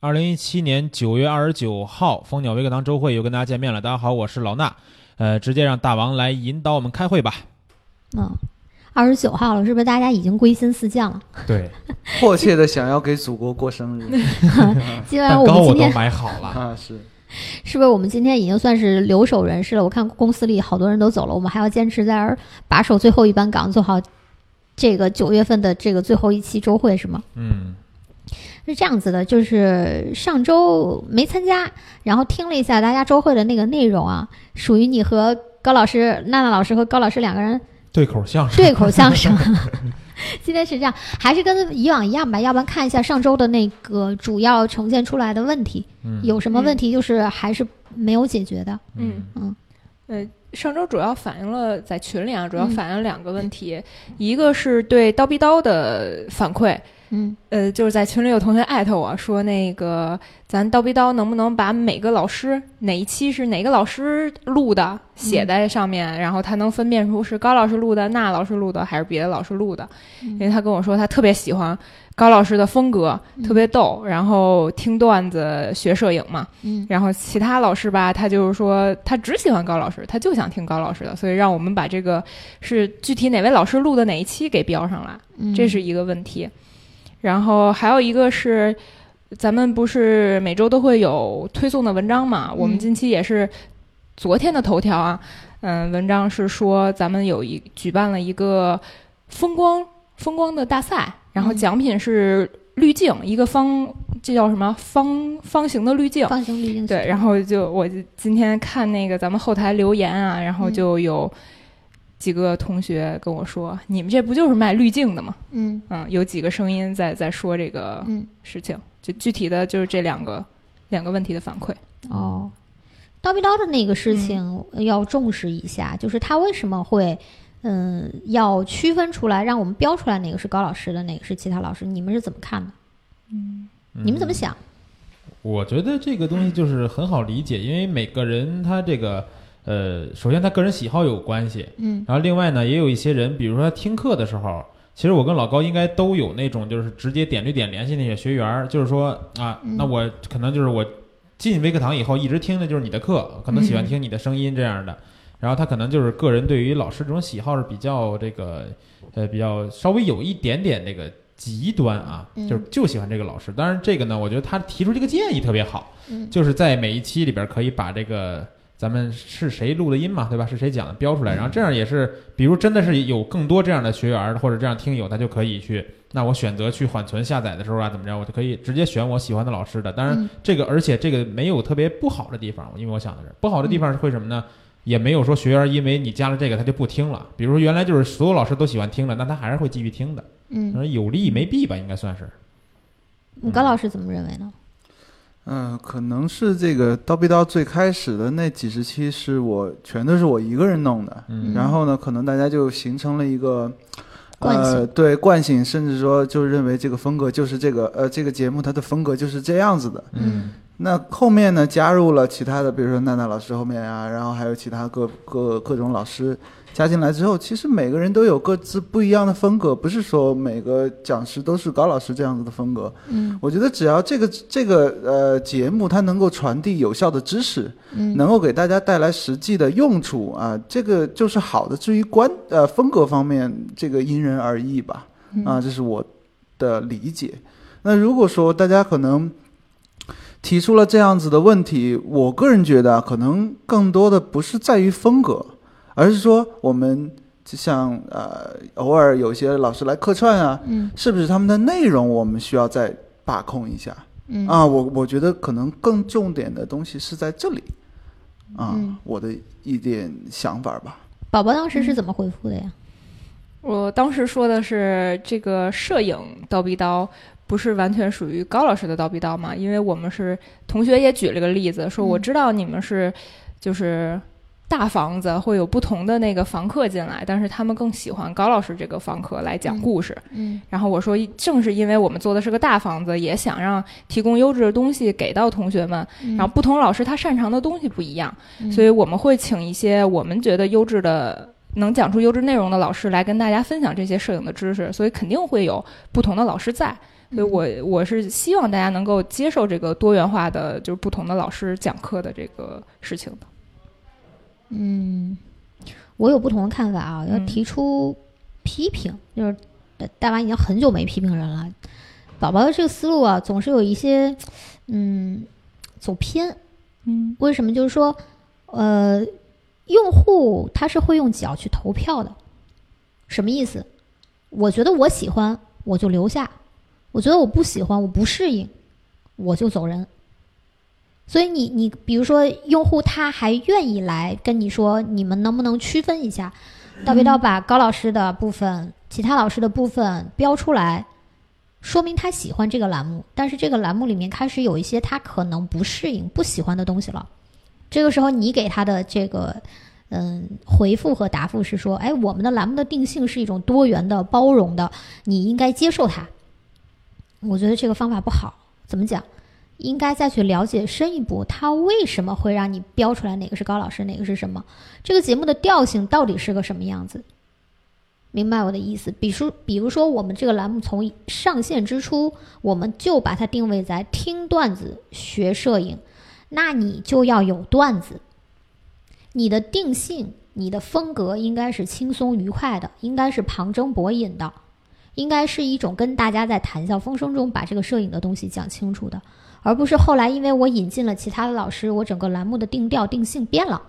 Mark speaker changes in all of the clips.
Speaker 1: 二零一七年九月二十九号，蜂鸟微课堂周会又跟大家见面了。大家好，我是老衲。呃，直接让大王来引导我们开会吧。
Speaker 2: 嗯，二十九号了，是不是大家已经归心似箭了？
Speaker 1: 对，
Speaker 3: 迫切的想要给祖国过 生日
Speaker 2: 既然
Speaker 1: 蛋
Speaker 2: 啊我
Speaker 1: 糕
Speaker 2: 们
Speaker 1: 我
Speaker 2: 今
Speaker 1: 都
Speaker 2: 天
Speaker 1: 买好了。
Speaker 3: 啊！是
Speaker 2: 是不是我们今天已经算是留守人士了？我看公司里好多人都走了，我们还要坚持在这儿把守最后一班岗，做好这个九月份的这个最后一期周会，是吗？
Speaker 1: 嗯，
Speaker 2: 是这样子的，就是上周没参加，然后听了一下大家周会的那个内容啊，属于你和高老师、娜娜老师和高老师两个人
Speaker 1: 对口相声。
Speaker 2: 对口相声。今天是这样，还是跟以往一样吧，要不然看一下上周的那个主要呈现出来的问题，
Speaker 1: 嗯
Speaker 2: 有什么问题就是还是没有解决的。
Speaker 1: 嗯
Speaker 4: 呃，上周主要反映了在群里啊，主要
Speaker 2: 嗯
Speaker 4: 反映两个问题，一个是对刀逼刀的反馈，
Speaker 2: 嗯
Speaker 4: 呃，就是在群里有同学艾特我说，那个咱刀逼刀能不能把每个老师哪一期是哪个老师录的
Speaker 2: 嗯
Speaker 4: 写在上面，然后他能分辨出是高老师录的、那老师录的还是别的老师录的，
Speaker 2: 嗯
Speaker 4: 因为他跟我说他特别喜欢高老师的风格，
Speaker 2: 嗯
Speaker 4: 特别逗，然后听段子学摄影嘛，
Speaker 2: 嗯
Speaker 4: 然后其他老师吧，他就是说他只喜欢高老师，他就想听高老师的，所以让我们把这个是具体哪位老师录的哪一期给标上来，
Speaker 2: 嗯，
Speaker 4: 这是一个问题。然后还有一个是，咱们不是每周都会有推送的文章嘛？我们
Speaker 2: 嗯
Speaker 4: 近期也是昨天的头条啊，嗯，文章是说咱们有一举办了一个风光风光的大赛，然后
Speaker 2: 嗯
Speaker 4: 奖品是滤镜，一个方这叫什么方方形的滤镜，
Speaker 2: 放行滤镜
Speaker 4: 对，然后就我就今天看那个咱们后台留言啊，然后
Speaker 2: 嗯
Speaker 4: 就有几个同学跟我说，你们这不就是卖滤镜的吗？
Speaker 2: 嗯
Speaker 4: 嗯，有几个声音在在说这个
Speaker 2: 嗯
Speaker 4: 事情，就具体的就是这两个两个问题的反馈。
Speaker 2: 哦，刀逼刀的那个事情要重视一下，就是他为什么会。嗯，要区分出来，让我们标出来哪个是高老师的，哪个是其他老师。你们是怎么看的？
Speaker 4: 嗯
Speaker 2: 你们怎么想？
Speaker 1: 我觉得这个东西就是很好理解，因为每个人他这个，呃，首先他个人喜好有关系，
Speaker 2: 嗯
Speaker 1: 然后另外呢，也有一些人，比如说他听课的时候，其实我跟老高应该都有那种就是直接点对点联系那些学员儿，就是说啊，
Speaker 2: 嗯
Speaker 1: 那我可能就是我进微课堂以后一直听的就是你的课，可能喜欢
Speaker 4: 嗯
Speaker 1: 听你的声音这样的。然后他可能就是个人对于老师这种喜好是比较这个，呃，比较稍微有一点点这个极端啊，
Speaker 2: 嗯
Speaker 1: 就是就喜欢这个老师。当然这个呢，我觉得他提出这个建议特别好，
Speaker 2: 嗯
Speaker 1: 就是在每一期里边可以把这个咱们是谁录的音嘛，对吧？是谁讲的标出来，然后这样也是，比如真的是有更多这样的学员儿或者这样听友，他就可以去，那我选择去缓存下载的时候啊，怎么着，我就可以直接选我喜欢的老师的。当然
Speaker 2: 嗯，
Speaker 1: 这个而且这个没有特别不好的地方，因为我想的是不好的地方是会什么呢？也没有说学员儿因为你加了这个他就不听了，比如说原来就是所有老师都喜欢听的，那他还是会继续听的，
Speaker 2: 嗯，
Speaker 1: 而有利没弊吧，应该算是。
Speaker 2: 嗯高老师怎么认为呢？
Speaker 3: 嗯、可能是这个刀逼刀最开始的那几十期是我全都是我一个人弄的，
Speaker 1: 嗯
Speaker 3: 然后呢，可能大家就形成了一个。
Speaker 2: 惯
Speaker 3: 呃，
Speaker 2: 性
Speaker 3: 对惯性，甚至说就认为这个风格就是这个，呃，这个节目它的风格就是这样子的。
Speaker 2: 嗯
Speaker 3: 那后面呢，加入了其他的，比如说娜娜老师后面啊，然后还有其他各各各种老师加进来之后，其实每个人都有各自不一样的风格，不是说每个讲师都是高老师这样子的风格。
Speaker 2: 嗯
Speaker 3: 我觉得只要这个这个呃节目它能够传递有效的知识，
Speaker 2: 嗯，
Speaker 3: 能够给大家带来实际的用处啊，这个就是好的。至于观呃风格方面，这个因人而异吧。啊，这是我的理解。那如果说大家可能提出了这样子的问题，我个人觉得啊可能更多的不是在于风格，而是说我们就像呃偶尔有些老师来客串啊，
Speaker 2: 嗯
Speaker 3: 是不是他们的内容我们需要再把控一下、
Speaker 2: 嗯
Speaker 3: 啊？我我觉得可能更重点的东西是在这里啊，
Speaker 2: 嗯
Speaker 3: 我的一点想法吧。
Speaker 2: 宝宝当时是怎么回复的呀？
Speaker 4: 我当时说的是这个摄影刀逼刀。不是完全属于高老师的刀逼刀嘛？因为我们是同学也举了个例子，说我
Speaker 2: 嗯
Speaker 4: 知道你们是就是大房子会有不同的那个房客进来，但是他们更喜欢高老师这个房客来讲
Speaker 2: 嗯
Speaker 4: 故事。
Speaker 2: 嗯
Speaker 4: 然后我说，正是因为我们做的是个大房子，也想让提供优质的东西给到同学们。
Speaker 2: 嗯
Speaker 4: 然后不同老师他擅长的东西不一样，
Speaker 2: 嗯
Speaker 4: 所以我们会请一些我们觉得优质的、能讲出优质内容的老师来跟大家分享这些摄影的知识。所以肯定会有不同的老师在。所以我我是希望大家能够接受这个多元化的，就是不同的老师讲课的这个事情的。
Speaker 2: 嗯，我有不同的看法啊，要
Speaker 4: 嗯
Speaker 2: 提出批评，就是呃大妈已经很久没批评人了，宝宝的这个思路啊，总是有一些嗯走偏。
Speaker 4: 嗯
Speaker 2: 为什么？就是说，呃，用户他是会用脚去投票的，什么意思？我觉得我喜欢，我就留下；我觉得我不喜欢，我不适应，我就走人。所以你你比如说，用户他还愿意来跟你说，你们能不能区分一下，到别到把高老师的部分、其他老师的部分标出来，说明他喜欢这个栏目，但是这个栏目里面开始有一些他可能不适应、不喜欢的东西了。这个时候，你给他的这个嗯回复和答复是说，哎，我们的栏目的定性是一种多元的、包容的，你应该接受它。我觉得这个方法不好，怎么讲？应该再去了解深一步，他为什么会让你标出来哪个是高老师，哪个是什么？这个节目的调性到底是个什么样子？明白我的意思？比如，比如说，我们这个栏目从上线之初，我们就把它定位在听段子、学摄影，那你就要有段子。你的定性、你的风格应该是轻松愉快的，应该是旁征博引的，应该是一种跟大家在谈笑风生中把这个摄影的东西讲清楚的，而不是后来因为我引进了其他的老师，我整个栏目的定调定性变了，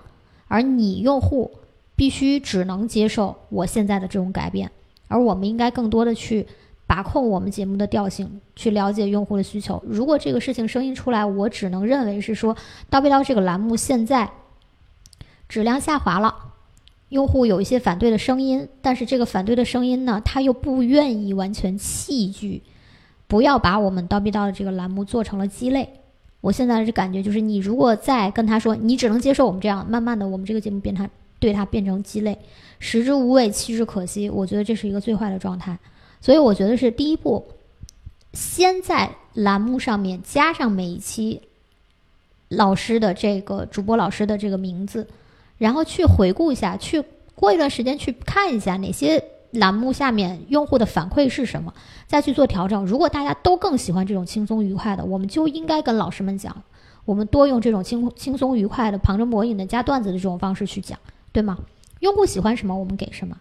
Speaker 2: 而你用户必须只能接受我现在的这种改变，而我们应该更多的去。把控我们节目的调性，去了解用户的需求。如果这个事情声音出来，我只能认为是说，叨逼叨这个栏目现在质量下滑了，用户有一些反对的声音，但是这个反对的声音呢，他又不愿意完全弃剧，不要把我们叨逼叨的这个栏目做成了鸡肋。我现在的感觉就是，你如果再跟他说，你只能接受我们这样，慢慢的，我们这个节目变他对他变成鸡肋，食之无味，弃之可惜。我觉得这是一个最坏的状态。所以我觉得是第一步，先在栏目上面加上每一期老师的这个主播老师的这个名字，然后去回顾一下，去过一段时间去看一下哪些栏目下面用户的反馈是什么，再去做调整。如果大家都更喜欢这种轻松愉快的，我们就应该跟老师们讲，我们多用这种轻轻松愉快的、旁征博引的、加段子的这种方式去讲，对吗？用户喜欢什么，我们给什么。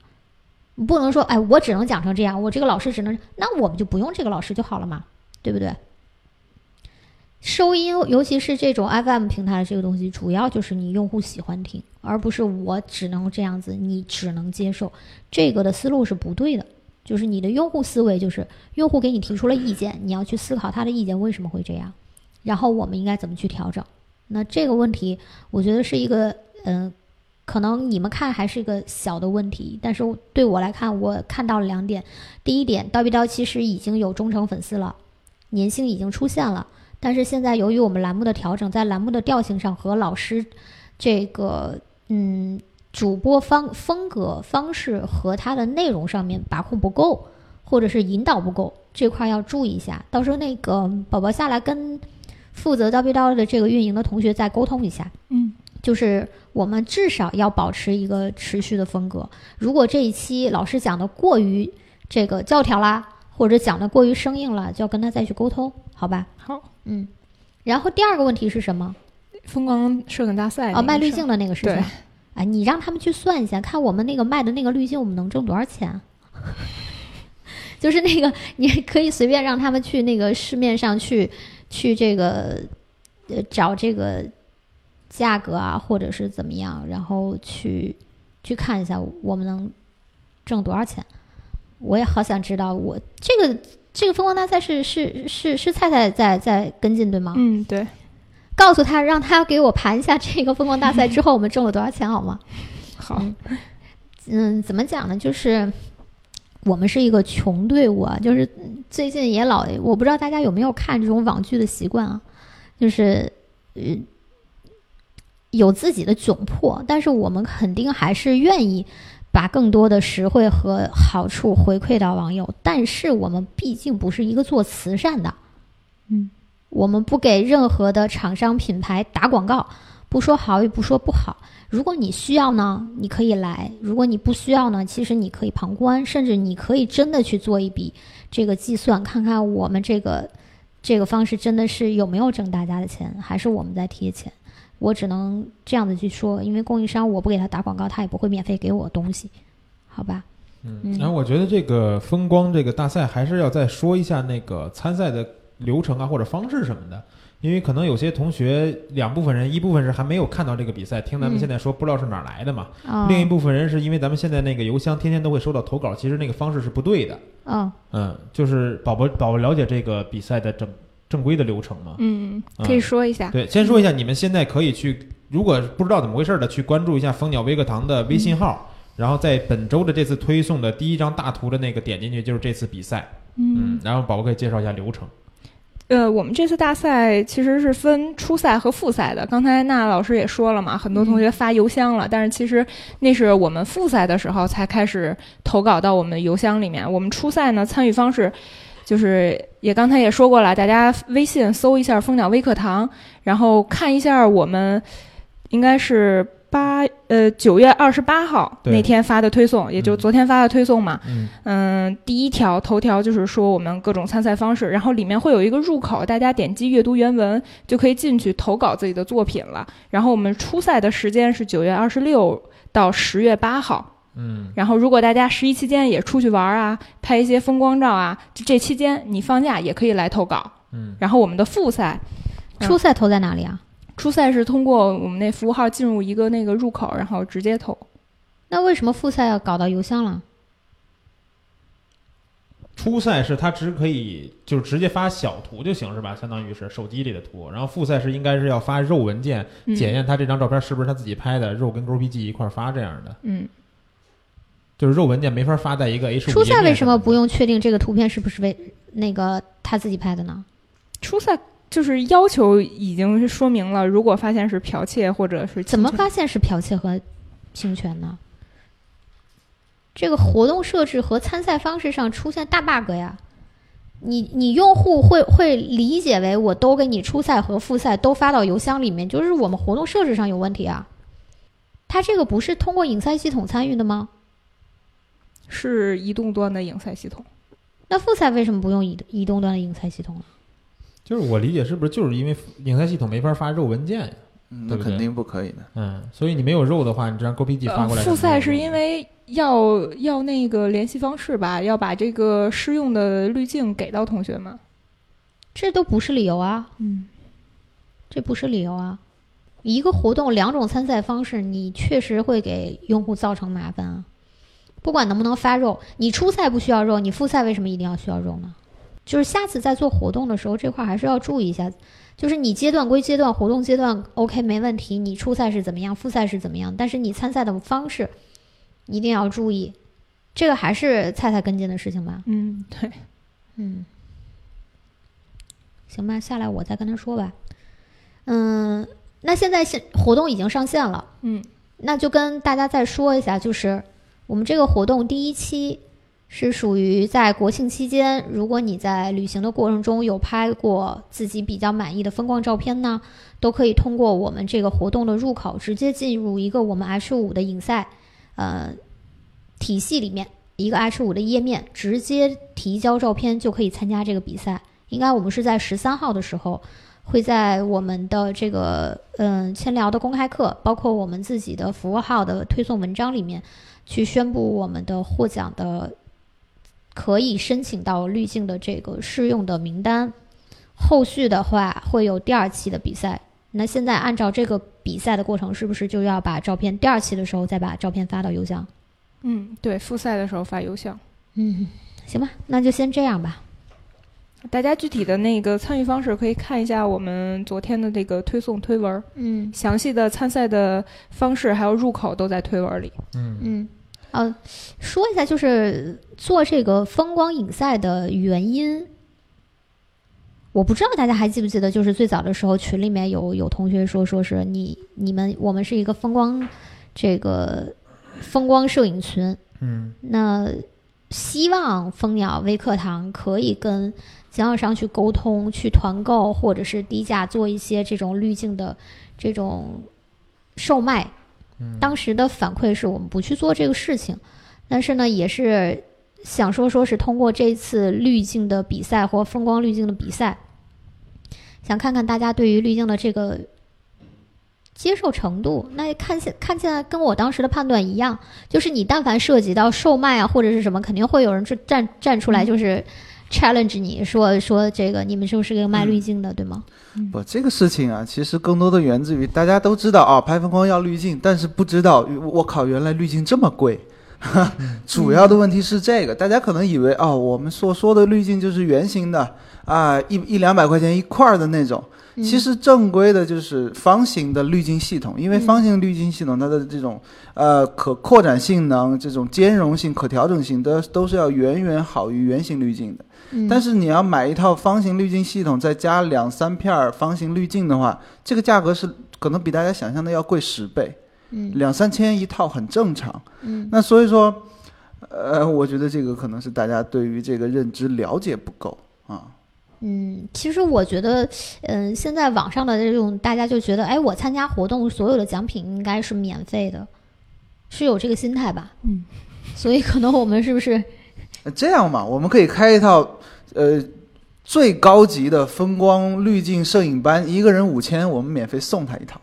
Speaker 2: 你不能说，哎，我只能讲成这样，我这个老师只能，那我们就不用这个老师就好了嘛，对不对？收音，尤其是这种 FM 平台的这个东西，主要就是你用户喜欢听，而不是我只能这样子，你只能接受，这个的思路是不对的。就是你的用户思维，就是用户给你提出了意见，你要去思考他的意见为什么会这样，然后我们应该怎么去调整。那这个问题，我觉得是一个，嗯、可能你们看还是一个小的问题，但是对我来看，我看到了两点。第一点，叨逼叨其实已经有忠诚粉丝了，粘性已经出现了，但是现在由于我们栏目的调整，在栏目的调性上和老师这个嗯主播方风格方式和它的内容上面把控不够，或者是引导不够，这块儿要注意一下。到时候那个宝宝下来跟负责叨逼叨的这个运营的同学再沟通一下。
Speaker 4: 嗯
Speaker 2: 就是我们至少要保持一个持续的风格。如果这一期老师讲的过于这个教条啦，或者讲的过于生硬了，就要跟他再去沟通，好吧？
Speaker 4: 好，
Speaker 2: 嗯。然后第二个问题是什么？
Speaker 4: 疯狂摄影大赛
Speaker 2: 哦，卖
Speaker 4: 那个
Speaker 2: 滤
Speaker 4: 事儿
Speaker 2: 镜的那个事情
Speaker 4: 对。
Speaker 2: 哎，你让他们去算一下，看我们那个卖的那个滤镜，我们能挣多少钱啊、 就是那个，你可以随便让他们去那个市面上去去这个呃找这个价格啊，或者是怎么样，然后去去看一下我们能挣多少钱。我也好想知道我，这个这个疯狂大赛是是是是菜菜在在跟进对吗？
Speaker 4: 嗯，对，
Speaker 2: 告诉他，让他给我盘一下这个疯狂大赛之后我们挣了多少钱，好吗？
Speaker 4: 好，
Speaker 2: 嗯，怎么讲呢？就是我们是一个穷队伍啊，就是嗯最近也老，我不知道大家有没有看这种网剧的习惯啊，就是呃有自己的窘迫，但是我们肯定还是愿意。把更多的实惠和好处回馈到网友，但是我们毕竟不是一个做慈善的，
Speaker 4: 嗯，
Speaker 2: 我们不给任何的厂商品牌打广告，不说好也不说不好。如果你需要呢，你可以来；如果你不需要呢，其实你可以旁观，甚至你可以真的去做一笔这个计算，看看我们这个这个方式真的是有没有挣大家的钱，还是我们在贴钱。我只能这样子去说，因为供应商我不给他打广告，他也不会免费给我东西，好吧？
Speaker 1: 嗯，然后我觉得这个风光这个大赛还是要再说一下那个参赛的流程啊或者方式什么的，因为可能有些同学两部分人，一部分是还没有看到这个比赛，听咱们
Speaker 4: 嗯
Speaker 1: 现在说不知道是哪儿来的嘛，
Speaker 2: 啊、
Speaker 1: 嗯另一部分人是因为咱们现在那个邮箱天天都会收到投稿，其实那个方式是不对的。
Speaker 2: 嗯，
Speaker 1: 嗯，就是宝宝宝宝了解这个比赛的正正规的流程吗？
Speaker 4: 嗯，可以说一
Speaker 2: 啊
Speaker 4: 下。
Speaker 1: 对，先说一下，你们现在可以去，如果不知道怎么回事儿的，去关注一下蜂鸟微课堂的微信号，
Speaker 2: 嗯
Speaker 1: 然后在本周的这次推送的第一张大图的那个点进去，就是这次比赛。嗯，然后宝宝可以介绍一下流程。
Speaker 4: 呃，我们这次大赛其实是分初赛和复赛的。刚才娜老师也说了嘛，很多同
Speaker 1: 嗯
Speaker 4: 学发邮箱了，但是其实那是我们复赛的时候才开始投稿到我们邮箱里面。我们初赛呢，参与方式就是也刚才也说过了，大家微信搜一下“蜂鸟微课堂”，然后看一下我们应该是八呃九月二十八号
Speaker 1: 对
Speaker 4: 那天发的推送，也就
Speaker 1: 嗯
Speaker 4: 昨天发的推送嘛。
Speaker 1: 嗯，
Speaker 4: 嗯，第一条头条就是说我们各种参赛方式，然后里面会有一个入口，大家点击阅读原文就可以进去投稿自己的作品了。然后我们初赛的时间是九月二十六到十月八号。
Speaker 1: 嗯，
Speaker 4: 然后如果大家十一期间也出去玩啊，拍一些风光照啊，这这期间你放假也可以来投稿。
Speaker 1: 嗯，
Speaker 4: 然后我们的复赛，嗯
Speaker 2: 初赛投在哪里啊？
Speaker 4: 初赛是通过我们那服务号进入一个那个入口，然后直接投。
Speaker 2: 那为什么复赛要搞到邮箱了？
Speaker 1: 初赛是它只可以就是直接发小图就行是吧？相当于是手机里的图，然后复赛是应该是要发肉文件，
Speaker 4: 嗯
Speaker 1: 检验他这张照片是不是他自己拍的，肉跟 GoPG 一块儿发这样的。
Speaker 4: 嗯，
Speaker 1: 就是肉文件没法发在一啊个 H
Speaker 2: 初赛为什么不？用确定这个图片是不是为那个他自己拍的呢？
Speaker 4: 初赛就是要求已经说明了，如果发现是剽窃或者是
Speaker 2: 怎么
Speaker 4: 侵权
Speaker 2: 发现是剽窃和侵权呢？这个活动设置和参赛方式上出现大 bug 呀！你你用户会会理解为我都给你初赛和复赛都发到邮箱里面，就是我们活动设置上有问题啊。他这个不是通过影赛系统参与的吗？
Speaker 4: 是移动端的影赛系统？
Speaker 2: 那复赛为什么不用移移动端的影赛系统呢？
Speaker 1: 就是我理解是不是就是因为影赛系统没法发肉文件呀？
Speaker 3: 嗯
Speaker 1: 对
Speaker 3: 那
Speaker 1: 不
Speaker 3: 肯
Speaker 1: 对
Speaker 3: 定不可以的。
Speaker 1: 嗯，所以你没有肉的话，你这样 GoPG
Speaker 2: 呃
Speaker 1: 发过来、
Speaker 4: 呃复赛是因为要要那个联系方式吧，要把这个适用的滤镜给到同学们。
Speaker 2: 这都不是理由啊！
Speaker 4: 嗯，
Speaker 2: 这不是理由啊！一个活动两种参赛方式，你确实会给用户造成麻烦啊。不管能不能发肉，你初赛不需要肉，你复赛为什么一定要需要肉呢？就是下次在做活动的时候，这块儿还是要注意一下。就是你阶段归阶段，活动阶段 OK 没问题，你初赛是怎么样，复赛是怎么样，但是你参赛的方式一定要注意。这个还是菜菜跟进的事情吧？
Speaker 4: 嗯，对，
Speaker 2: 嗯，行吧，下来我再跟他说吧。嗯，那现在现活动已经上线了，
Speaker 4: 嗯，
Speaker 2: 那就跟大家再说一下，就是我们这个活动第一期是属于在国庆期间，如果你在旅行的过程中有拍过自己比较满意的风光照片呢，都可以通过我们这个活动的入口直接进入一个我们 H 五的影赛呃体系里面。一个 H 五的页面，直接提交照片就可以参加这个比赛。应该我们是在十三号的时候，会在我们的这个嗯千聊的公开课，包括我们自己的服务号的推送文章里面，去宣布我们的获奖的可以申请到滤镜的这个适用的名单。后续的话会有第二期的比赛。那现在按照这个比赛的过程，是不是就要把照片第二期的时候再把照片发到邮箱？
Speaker 4: 嗯，对，复赛的时候发邮箱。
Speaker 2: 嗯，行吧，那就先这样吧。
Speaker 4: 大家具体的那个参与方式可以看一下我们昨天的这个推送推文，
Speaker 2: 嗯
Speaker 4: 详细的参赛的方式还有入口都在推文里。
Speaker 1: 嗯
Speaker 2: 嗯，呃，说一下就是做这个风光影赛的原因。我不知道大家还记不记得，就是最早的时候群里面有有同学说，说是你你们我们是一个风光这个风光摄影群，
Speaker 1: 嗯
Speaker 2: 那希望蜂鸟微课堂可以跟经销商去沟通、去团购，或者是低价做一些这种滤镜的这种售卖，
Speaker 1: 嗯
Speaker 2: 当时的反馈是我们不去做这个事情，但是呢，也是想说说是通过这次滤镜的比赛或风光滤镜的比赛，想看看大家对于滤镜的这个接受程度。那看起看起来跟我当时的判断一样，就是你但凡涉及到售卖啊或者是什么，肯定会有人去站站出来，就是。challenge 你说说这个，你们就是个卖滤镜的，对吗？
Speaker 3: 不，这个事情啊，其实更多的源自于大家都知道啊，拍风光要滤镜，但是不知道，我靠，原来滤镜这么贵。 主要的问题是这个，大家可能以为哦，我们所说的滤镜就是圆形的啊，一一两百块钱一块儿的那种。其实正规的就是方形的滤镜系统，因为方形滤镜系统它的这种呃可扩展性能、这种兼容性、可调整性都都是要远远好于圆形滤镜的。
Speaker 2: 嗯
Speaker 3: 但是你要买一套方形滤镜系统，再加两三片儿方形滤镜的话，这个价格是可能比大家想象的要贵十倍，
Speaker 2: 嗯
Speaker 3: 两三千一套很正常。
Speaker 2: 嗯，
Speaker 3: 那所以说，呃，我觉得这个可能是大家对于这个认知了解不够啊。
Speaker 2: 嗯，其实我觉得，嗯，现在网上的这种大家就觉得，哎，我参加活动，所有的奖品应该是免费的，是有这个心态吧？
Speaker 4: 嗯，
Speaker 2: 所以可能我们是不是，
Speaker 3: 呃这样吧，我们可以开一套，呃，最高级的风光滤镜摄影班，一个人五千，我们免费送他一套，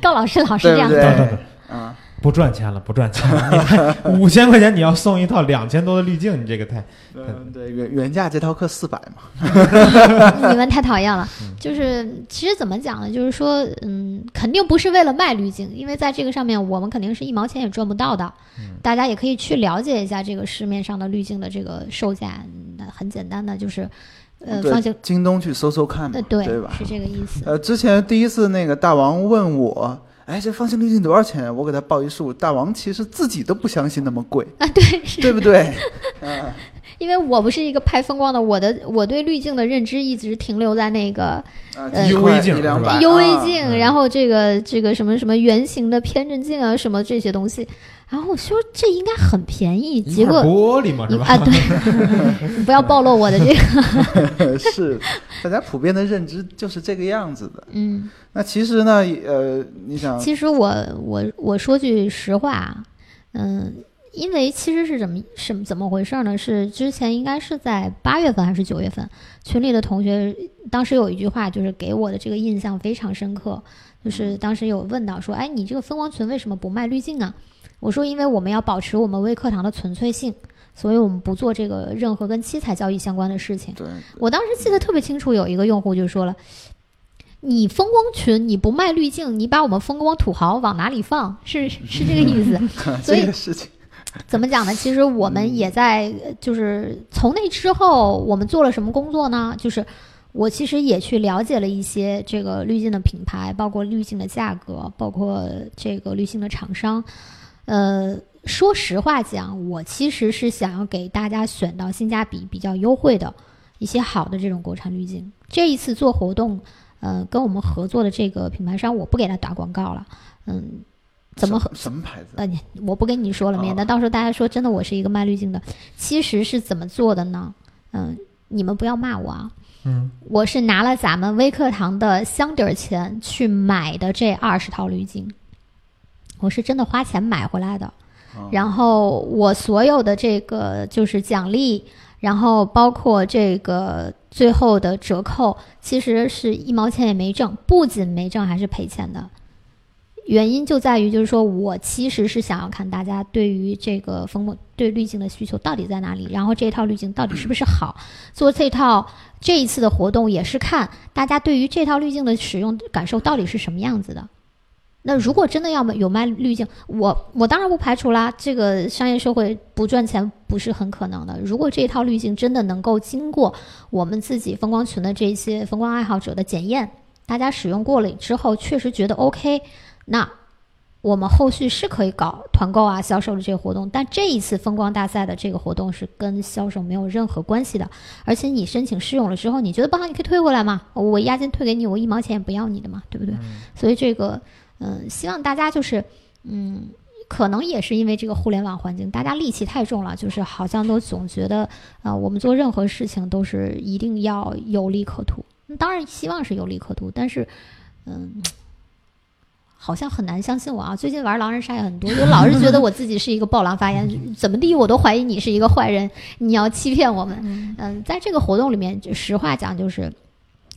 Speaker 2: 高老师老是这
Speaker 3: 对不
Speaker 2: 样
Speaker 3: 对
Speaker 2: 的，
Speaker 1: 对？
Speaker 3: 啊，
Speaker 1: 不赚钱了，不赚钱了。你五千块钱你要送一套两千多的滤镜，你这个太……
Speaker 3: 嗯，对，原原价这套课四百嘛，
Speaker 2: 你们太讨厌了。
Speaker 3: 嗯
Speaker 2: 就是其实怎么讲呢？就是说，嗯，肯定不是为了卖滤镜，因为在这个上面我们肯定是一毛钱也赚不到的。
Speaker 3: 嗯
Speaker 2: 大家也可以去了解一下这个市面上的滤镜的这个售价，那很简单的就是，呃，方
Speaker 3: 对
Speaker 2: 形，，
Speaker 3: 京东去搜搜看嘛
Speaker 2: 呃，，
Speaker 3: 对吧？
Speaker 2: 是这个意思。
Speaker 3: 呃，之前第一次那个大王问我，哎，这方形滤镜多少钱？我给他报一数，大王其实自己都不相信那么贵，
Speaker 2: 啊，对，是
Speaker 3: 对不 对？嗯，
Speaker 2: 因为我不是一个拍风光的，我的我对滤镜的认知一直停留在那个
Speaker 3: 啊
Speaker 2: 呃
Speaker 3: 几块
Speaker 1: UV 镜
Speaker 3: 一两
Speaker 1: 是吧
Speaker 3: 百啊
Speaker 2: UV 镜，
Speaker 1: 嗯
Speaker 2: 然后这个这个什么什么圆形的偏振镜啊，什么这些东西，然后我说这应该很便宜，
Speaker 1: 一
Speaker 2: 结
Speaker 1: 块玻
Speaker 2: 果
Speaker 1: 璃嘛，是
Speaker 2: 一
Speaker 1: 吧？
Speaker 2: 啊，对，你不要暴露我的这个，
Speaker 3: 啊 是，大家普遍的认知就是这个样子的。
Speaker 2: 嗯，
Speaker 3: 那其实呢，呃，你想，
Speaker 2: 其实我我我说句实话啊，嗯。因为其实是怎么什么怎么回事呢？是之前应该是在八月份还是九月份，群里的同学当时有一句话，就是给我的这个印象非常深刻，就是当时有问到说，哎，你这个分光群为什么不卖滤镜啊？我说，因为我们要保持我们微课堂的纯粹性，所以我们不做这个任何跟器材交易相关的事情。
Speaker 3: 对，
Speaker 2: 我当时记得特别清楚，有一个用户就说了：“你风光群你不卖滤镜，你把我们风光土豪往哪里放？是是这个意思。”所以
Speaker 3: 这个事情，
Speaker 2: 怎么讲呢？其实我们也在，呃就是从那之后，我们做了什么工作呢？就是我其实也去了解了一些这个滤镜的品牌，包括滤镜的价格，包括这个滤镜的厂商。呃，说实话讲，我其实是想要给大家选到性价比比较优惠的一些好的这种国产滤镜。这一次做活动，呃，跟我们合作的这个品牌商，我不给他打广告了。嗯，怎么合
Speaker 3: 什什么牌子？
Speaker 2: 呃，你我不跟你说了，免得到时候大家说真的我是一个卖滤镜的。其实是怎么做的呢？嗯，你们不要骂我啊，
Speaker 1: 嗯，
Speaker 2: 我是拿了咱们微课堂的香底儿钱去买的这二十套滤镜，我是真的花钱买回来的。
Speaker 3: 哦
Speaker 2: 然后我所有的这个就是奖励，然后包括这个最后的折扣，其实是一毛钱也没挣，不仅没挣，还是赔钱的。原因就在于，就是说我其实是想要看大家对于这个风光对滤镜的需求到底在哪里，然后这套滤镜到底是不是好。做这套这一次的活动也是看大家对于这套滤镜的使用感受到底是什么样子的。那如果真的要有卖滤镜，我我当然不排除啦，这个商业社会不赚钱不是很可能的。如果这套滤镜真的能够经过我们自己风光群的这些风光爱好者的检验，大家使用过了之后确实觉得 OK，那我们后续是可以搞团购啊、销售的这个活动。但这一次风光大赛的这个活动是跟销售没有任何关系的，而且你申请试用了之后，你觉得不好，你可以退回来嘛，我押金退给你，我一毛钱也不要你的嘛，对不对？所以这个。嗯，希望大家就是，嗯，可能也是因为这个互联网环境，大家戾气太重了，就是好像都总觉得，呃，我们做任何事情都是一定要有利可图。嗯当然，希望是有利可图，但是，嗯，好像很难相信我啊！最近玩狼人杀也很多，就老是觉得我自己是一个暴狼发言，怎么地我都怀疑你是一个坏人，你要欺骗我们。
Speaker 4: 嗯
Speaker 2: 嗯，在这个活动里面，就实话讲，就是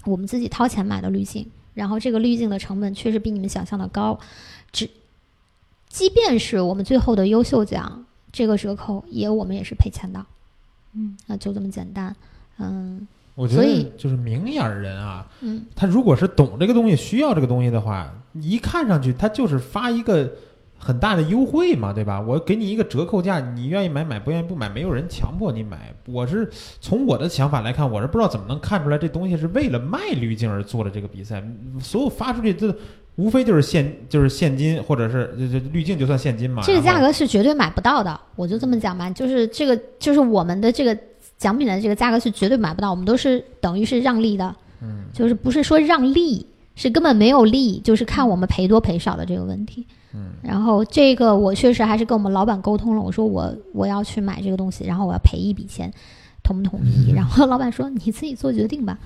Speaker 2: 我们自己掏钱买的滤镜，然后这个滤镜的成本确实比你们想象的高。只，即便是我们最后的优秀奖，这个折扣也我们也是赔钱的啊、
Speaker 4: 嗯
Speaker 2: 就这么简单。嗯
Speaker 1: 我觉
Speaker 2: 所
Speaker 1: 得
Speaker 2: 以
Speaker 1: 就是明眼儿人啊，
Speaker 2: 嗯，
Speaker 1: 他如果是懂这个东西、需要这个东西的话，一看上去他就是发一个很大的优惠嘛，对吧？我给你一个折扣价，你愿意买买，不愿意不买，没有人强迫你买。我是从我的想法来看，我是不知道怎么能看出来这东西是为了卖滤镜而做的这个比赛，所有发出去这无非就是现就是现金，或者是这这滤镜就算现金嘛。
Speaker 2: 这个
Speaker 1: 然后
Speaker 2: 价格是绝对买不到的，我就这么讲吧，就是这个就是我们的这个奖品的这个价格是绝对买不到，我们都是等于是让利的，
Speaker 1: 嗯，
Speaker 2: 就是不是说让利，是根本没有利，就是看我们赔多赔少的这个问题。
Speaker 1: 嗯，
Speaker 2: 然后这个我确实还是跟我们老板沟通了，我说我我要去买这个东西，然后我要赔一笔钱。同不同 意？然后老板说：“你自己做决定吧。”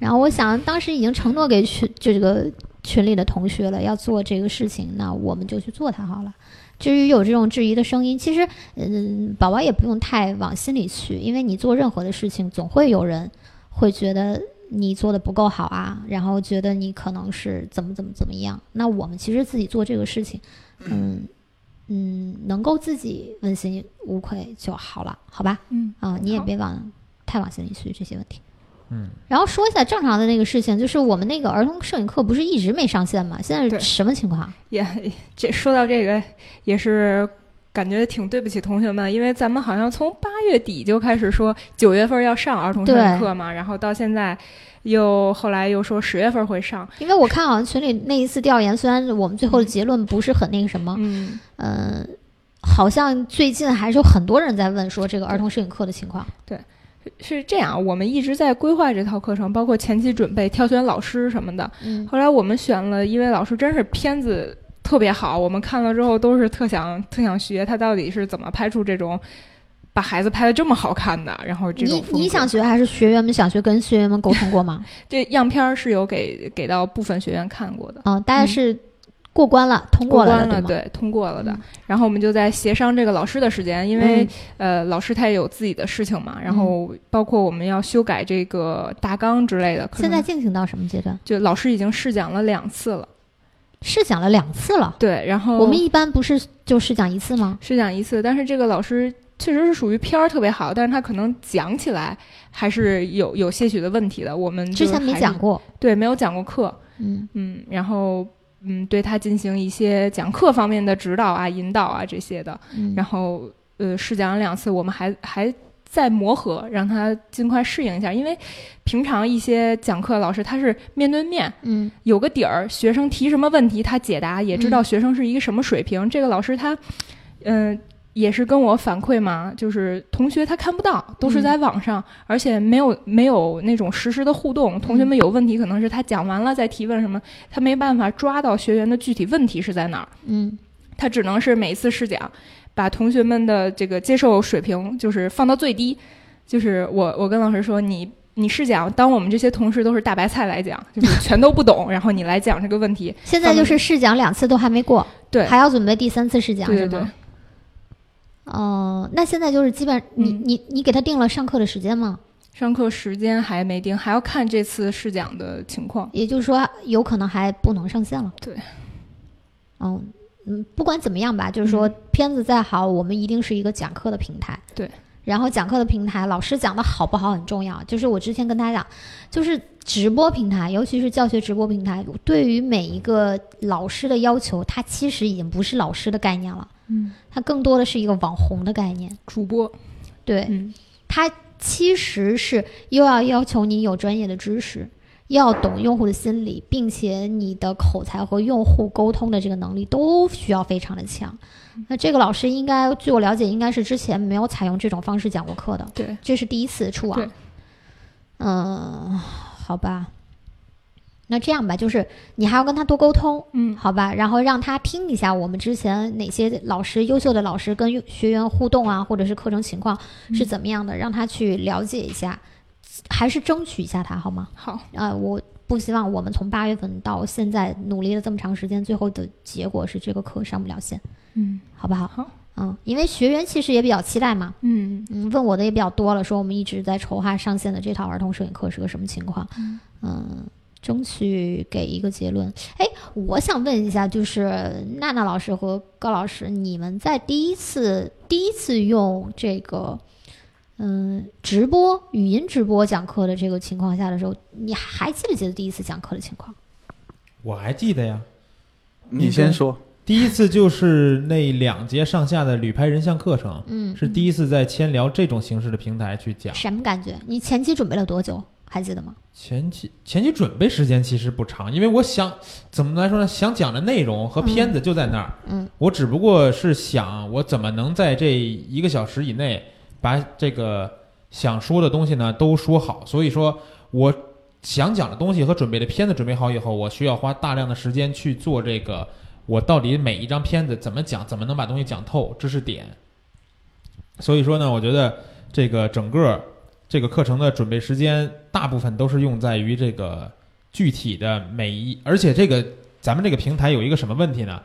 Speaker 2: 然后我想，当时已经承诺给群就这个群里的同学了，要做这个事情，那我们就去做它好了。至于有这种质疑的声音，其实，嗯，宝宝也不用太往心里去，因为你做任何的事情，总会有人会觉得你做的不够好啊，然后觉得你可能是怎么怎么怎么样。那我们其实自己做这个事情，嗯嗯，能够自己问心无愧就好了，好吧？
Speaker 4: 嗯
Speaker 2: 啊、你也
Speaker 4: 好
Speaker 2: 别往太往心里去这些问题。
Speaker 1: 嗯，
Speaker 2: 然后说一下正常的那个事情，就是我们那个儿童摄影课不是一直没上线吗？现在
Speaker 4: 对
Speaker 2: 是什么情况？
Speaker 4: 也这说到这个也是。感觉挺对不起同学们，因为咱们好像从八月底就开始说九月份要上儿童摄影
Speaker 2: 对
Speaker 4: 课嘛，然后到现在又后来又说十月份会上，
Speaker 2: 因为我看好像群里那一次调研，虽然我们最后的结论不是很那个什么，
Speaker 4: 嗯，
Speaker 2: 嗯、好像最近还是有很多人在问说这个儿童摄影课的情况。
Speaker 4: 是这样，我们一直在规划这套课程，包括前期准备、挑选老师什么的。
Speaker 2: 嗯，
Speaker 4: 后来我们选了一位老师，真是片子特别好，我们看了之后都是特想特想学他到底是怎么拍出这种把孩子拍的这么好看的。然后这种
Speaker 2: 你
Speaker 4: 风格嗯
Speaker 2: 你想学还是学员们想学？跟学员们沟通过吗？
Speaker 4: 这样片儿是有给给到部分学员看过的，
Speaker 2: 嗯、大概是过关了，通
Speaker 4: 过
Speaker 2: 了
Speaker 4: 关
Speaker 2: 的，
Speaker 4: 了，
Speaker 2: 吗？
Speaker 4: 对，通过了的。
Speaker 2: 嗯
Speaker 4: 然后我们就在协商这个老师的时间，因为、
Speaker 2: 嗯
Speaker 4: 呃，老师他也有自己的事情嘛，然后包括我们要修改这个大纲之类的。可
Speaker 2: 现
Speaker 4: 能
Speaker 2: 在进行到什么阶段？
Speaker 4: 就老师已经试讲了两次了，
Speaker 2: 试讲了两次了。
Speaker 4: 对，然后
Speaker 2: 我们一般不是就试讲一次吗？
Speaker 4: 试讲一次，但是这个老师确实是属于片儿特别好，但是他可能讲起来还是有有些许的问题的。我们
Speaker 2: 之
Speaker 4: 就
Speaker 2: 前没
Speaker 4: 嗯还是
Speaker 2: 讲，过。
Speaker 4: 对，没有讲过课，
Speaker 2: 嗯，
Speaker 4: 嗯，然后嗯，对他进行一些讲课方面的指导啊、引导啊这些的，
Speaker 2: 嗯
Speaker 4: 然后呃，试讲了两次，我们还还。在磨合，让他尽快适应一下，因为平常一些讲课老师他是面对面，
Speaker 2: 嗯
Speaker 4: 有个底儿，学生提什么问题他解答，也知道
Speaker 2: 嗯
Speaker 4: 学生是一个什么水平。这个老师他，嗯、也是跟我反馈嘛，就是同学他看不到，都是在网上，而且没有没有那种实时的互动。同学们有问题，可能是他讲完了再提问什么，他没办法抓到学员的具体问题是在哪儿，
Speaker 2: 嗯
Speaker 4: 他只能是每次试讲，把同学们的这个接受水平就是放到最低。就是我我跟老师说你。你试讲，当我们这些同事都是大白菜来讲，就是全都不懂，然后你来讲这个问题，
Speaker 2: 现在就是试讲两次都还没过，
Speaker 4: 对
Speaker 2: 还要准备第三次试讲
Speaker 4: 对对
Speaker 2: 是
Speaker 4: 对
Speaker 2: 吗？，哦、那现在就是基本你、
Speaker 4: 嗯
Speaker 2: 你你给他定了上课的时间吗？
Speaker 4: 上课时间还没定，还要看这次试讲的情况。
Speaker 2: 也就是说，有可能还不能上线了。
Speaker 4: 对，
Speaker 2: 哦，嗯，不管怎么样吧，就是说片子再好，我们一定是一个讲课的平台。
Speaker 4: 嗯对。
Speaker 2: 然后讲课的平台，老师讲的好不好很重要。就是我之前跟大家讲，就是直播平台，尤其是教学直播平台，对于每一个老师的要求，它其实已经不是老师的概念了，
Speaker 4: 嗯，
Speaker 2: 它更多的是一个网红的概念。
Speaker 4: 主播，
Speaker 2: 对，
Speaker 4: 嗯，
Speaker 2: 它其实是又要要求你有专业的知识，要懂用户的心理，并且你的口才和用户沟通的这个能力都需要非常的强。那这个老师应该，据我了解，应该是之前没有采用这种方式讲过课的，
Speaker 4: 对，
Speaker 2: 这是第一次出
Speaker 4: 对
Speaker 2: 网。嗯，好吧。那这样吧，就是你还要跟他多沟通，
Speaker 4: 嗯，
Speaker 2: 好吧，然后让他听一下我们之前哪些老师优秀的老师跟学员互动啊，或者是课程情况是怎么样的，让他去了解一下，还是争取一下他好吗？
Speaker 4: 好，
Speaker 2: 啊、我不希望我们从八月份到现在努力了这么长时间，最后的结果是这个课上不了线，
Speaker 4: 嗯
Speaker 2: 好不好？
Speaker 4: 好，
Speaker 2: 嗯，因为学员其实也比较期待嘛，
Speaker 4: 嗯
Speaker 2: 嗯，问我的也比较多了，说我们一直在筹划上线的这套儿童摄影课是个什么情况，
Speaker 4: 嗯
Speaker 2: 争取给一个结论。哎，我想问一下，就是娜娜老师和高老师，你们在第一次第一次用这个。嗯，直播语音直播讲课的这个情况下的时候，你还记不记得第一次讲课的情况？
Speaker 1: 我还记得呀，
Speaker 3: 你先说，
Speaker 1: 第一次就是那两节上下的旅拍人像课程，
Speaker 2: 嗯，
Speaker 1: 是第一次在千聊这种形式的平台去讲。
Speaker 2: 什么感觉？你前期准备了多久？还记得吗？
Speaker 1: 前期前期准备时间其实不长，因为我想怎么来说呢？想讲的内容和片子就在那儿，
Speaker 2: 嗯，
Speaker 1: 我只不过是想我怎么能在这一个小时以内把这个想说的东西呢都说好。所以说，我想讲的东西和准备的片子准备好以后，我需要花大量的时间去做这个，我到底每一张片子怎么讲，怎么能把东西讲透，知识点。所以说呢，我觉得这个整个这个课程的准备时间，大部分都是用在于这个具体的每一，而且这个咱们这个平台有一个什么问题呢？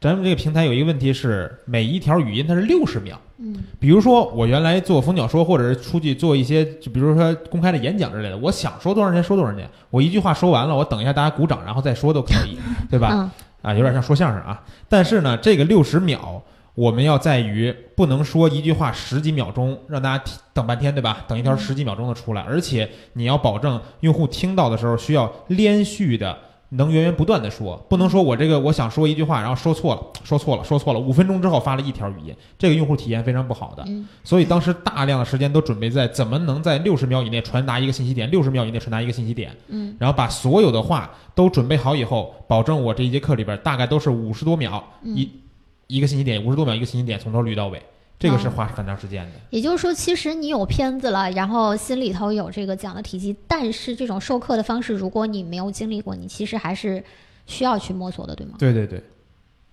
Speaker 1: 咱们这个平台有一个问题是，每一条语音它是六十秒。
Speaker 2: 嗯
Speaker 1: 比如说，我原来做蜂鸟说，或者是出去做一些，就比如说公开的演讲之类的，我想说多长时间说多长时间，我一句话说完了，我等一下大家鼓掌，然后再说都可以，对吧？
Speaker 2: 嗯
Speaker 1: 啊，有点像说相声啊。但是呢，这个六十秒我们要在于不能说一句话十几秒钟，让大家听等半天，对吧？等一条十几秒钟的出来，而且你要保证用户听到的时候需要连续的。能源源不断的说，不能说我这个我想说一句话，然后说错了，说错了，说错了，五分钟之后发了一条语音，这个用户体验非常不好的。
Speaker 2: 嗯
Speaker 1: 所以当时大量的时间都准备在怎么能在六十秒以内传达一个信息点，六十秒以内传达一个信息点，
Speaker 2: 嗯，
Speaker 1: 然后把所有的话都准备好以后，保证我这一节课里边大概都是五十多秒
Speaker 2: 嗯
Speaker 1: 一、一个信息点，五十多秒一个信息点，从头捋到尾，这个是
Speaker 2: 哦
Speaker 1: 花很长时间的。
Speaker 2: 也就是说，其实你有片子了，然后心里头有这个讲的体系，但是这种授课的方式，如果你没有经历过，你其实还是需要去摸索的，对吗？
Speaker 1: 对对对，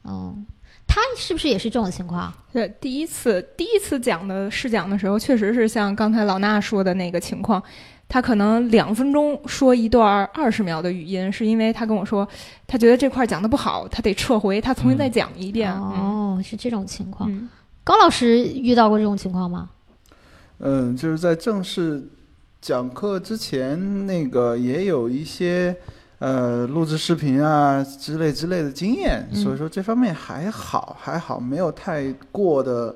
Speaker 2: 嗯，他是不是也是这种情况？
Speaker 4: 对，呃第一次第一次讲的试讲的时候，确实是像刚才老衲说的那个情况，他可能两分钟说一段二十秒的语音，是因为他跟我说，他觉得这块儿讲的不好，他得撤回，他重新再讲一遍。嗯
Speaker 2: 哦，是这种情况。
Speaker 4: 嗯
Speaker 2: 高老师遇到过这种情况吗？
Speaker 3: 嗯，就是在正式讲课之前，那个也有一些呃录制视频啊之类之类的经验，
Speaker 2: 嗯
Speaker 3: 所以说这方面还好，还好没有太过的。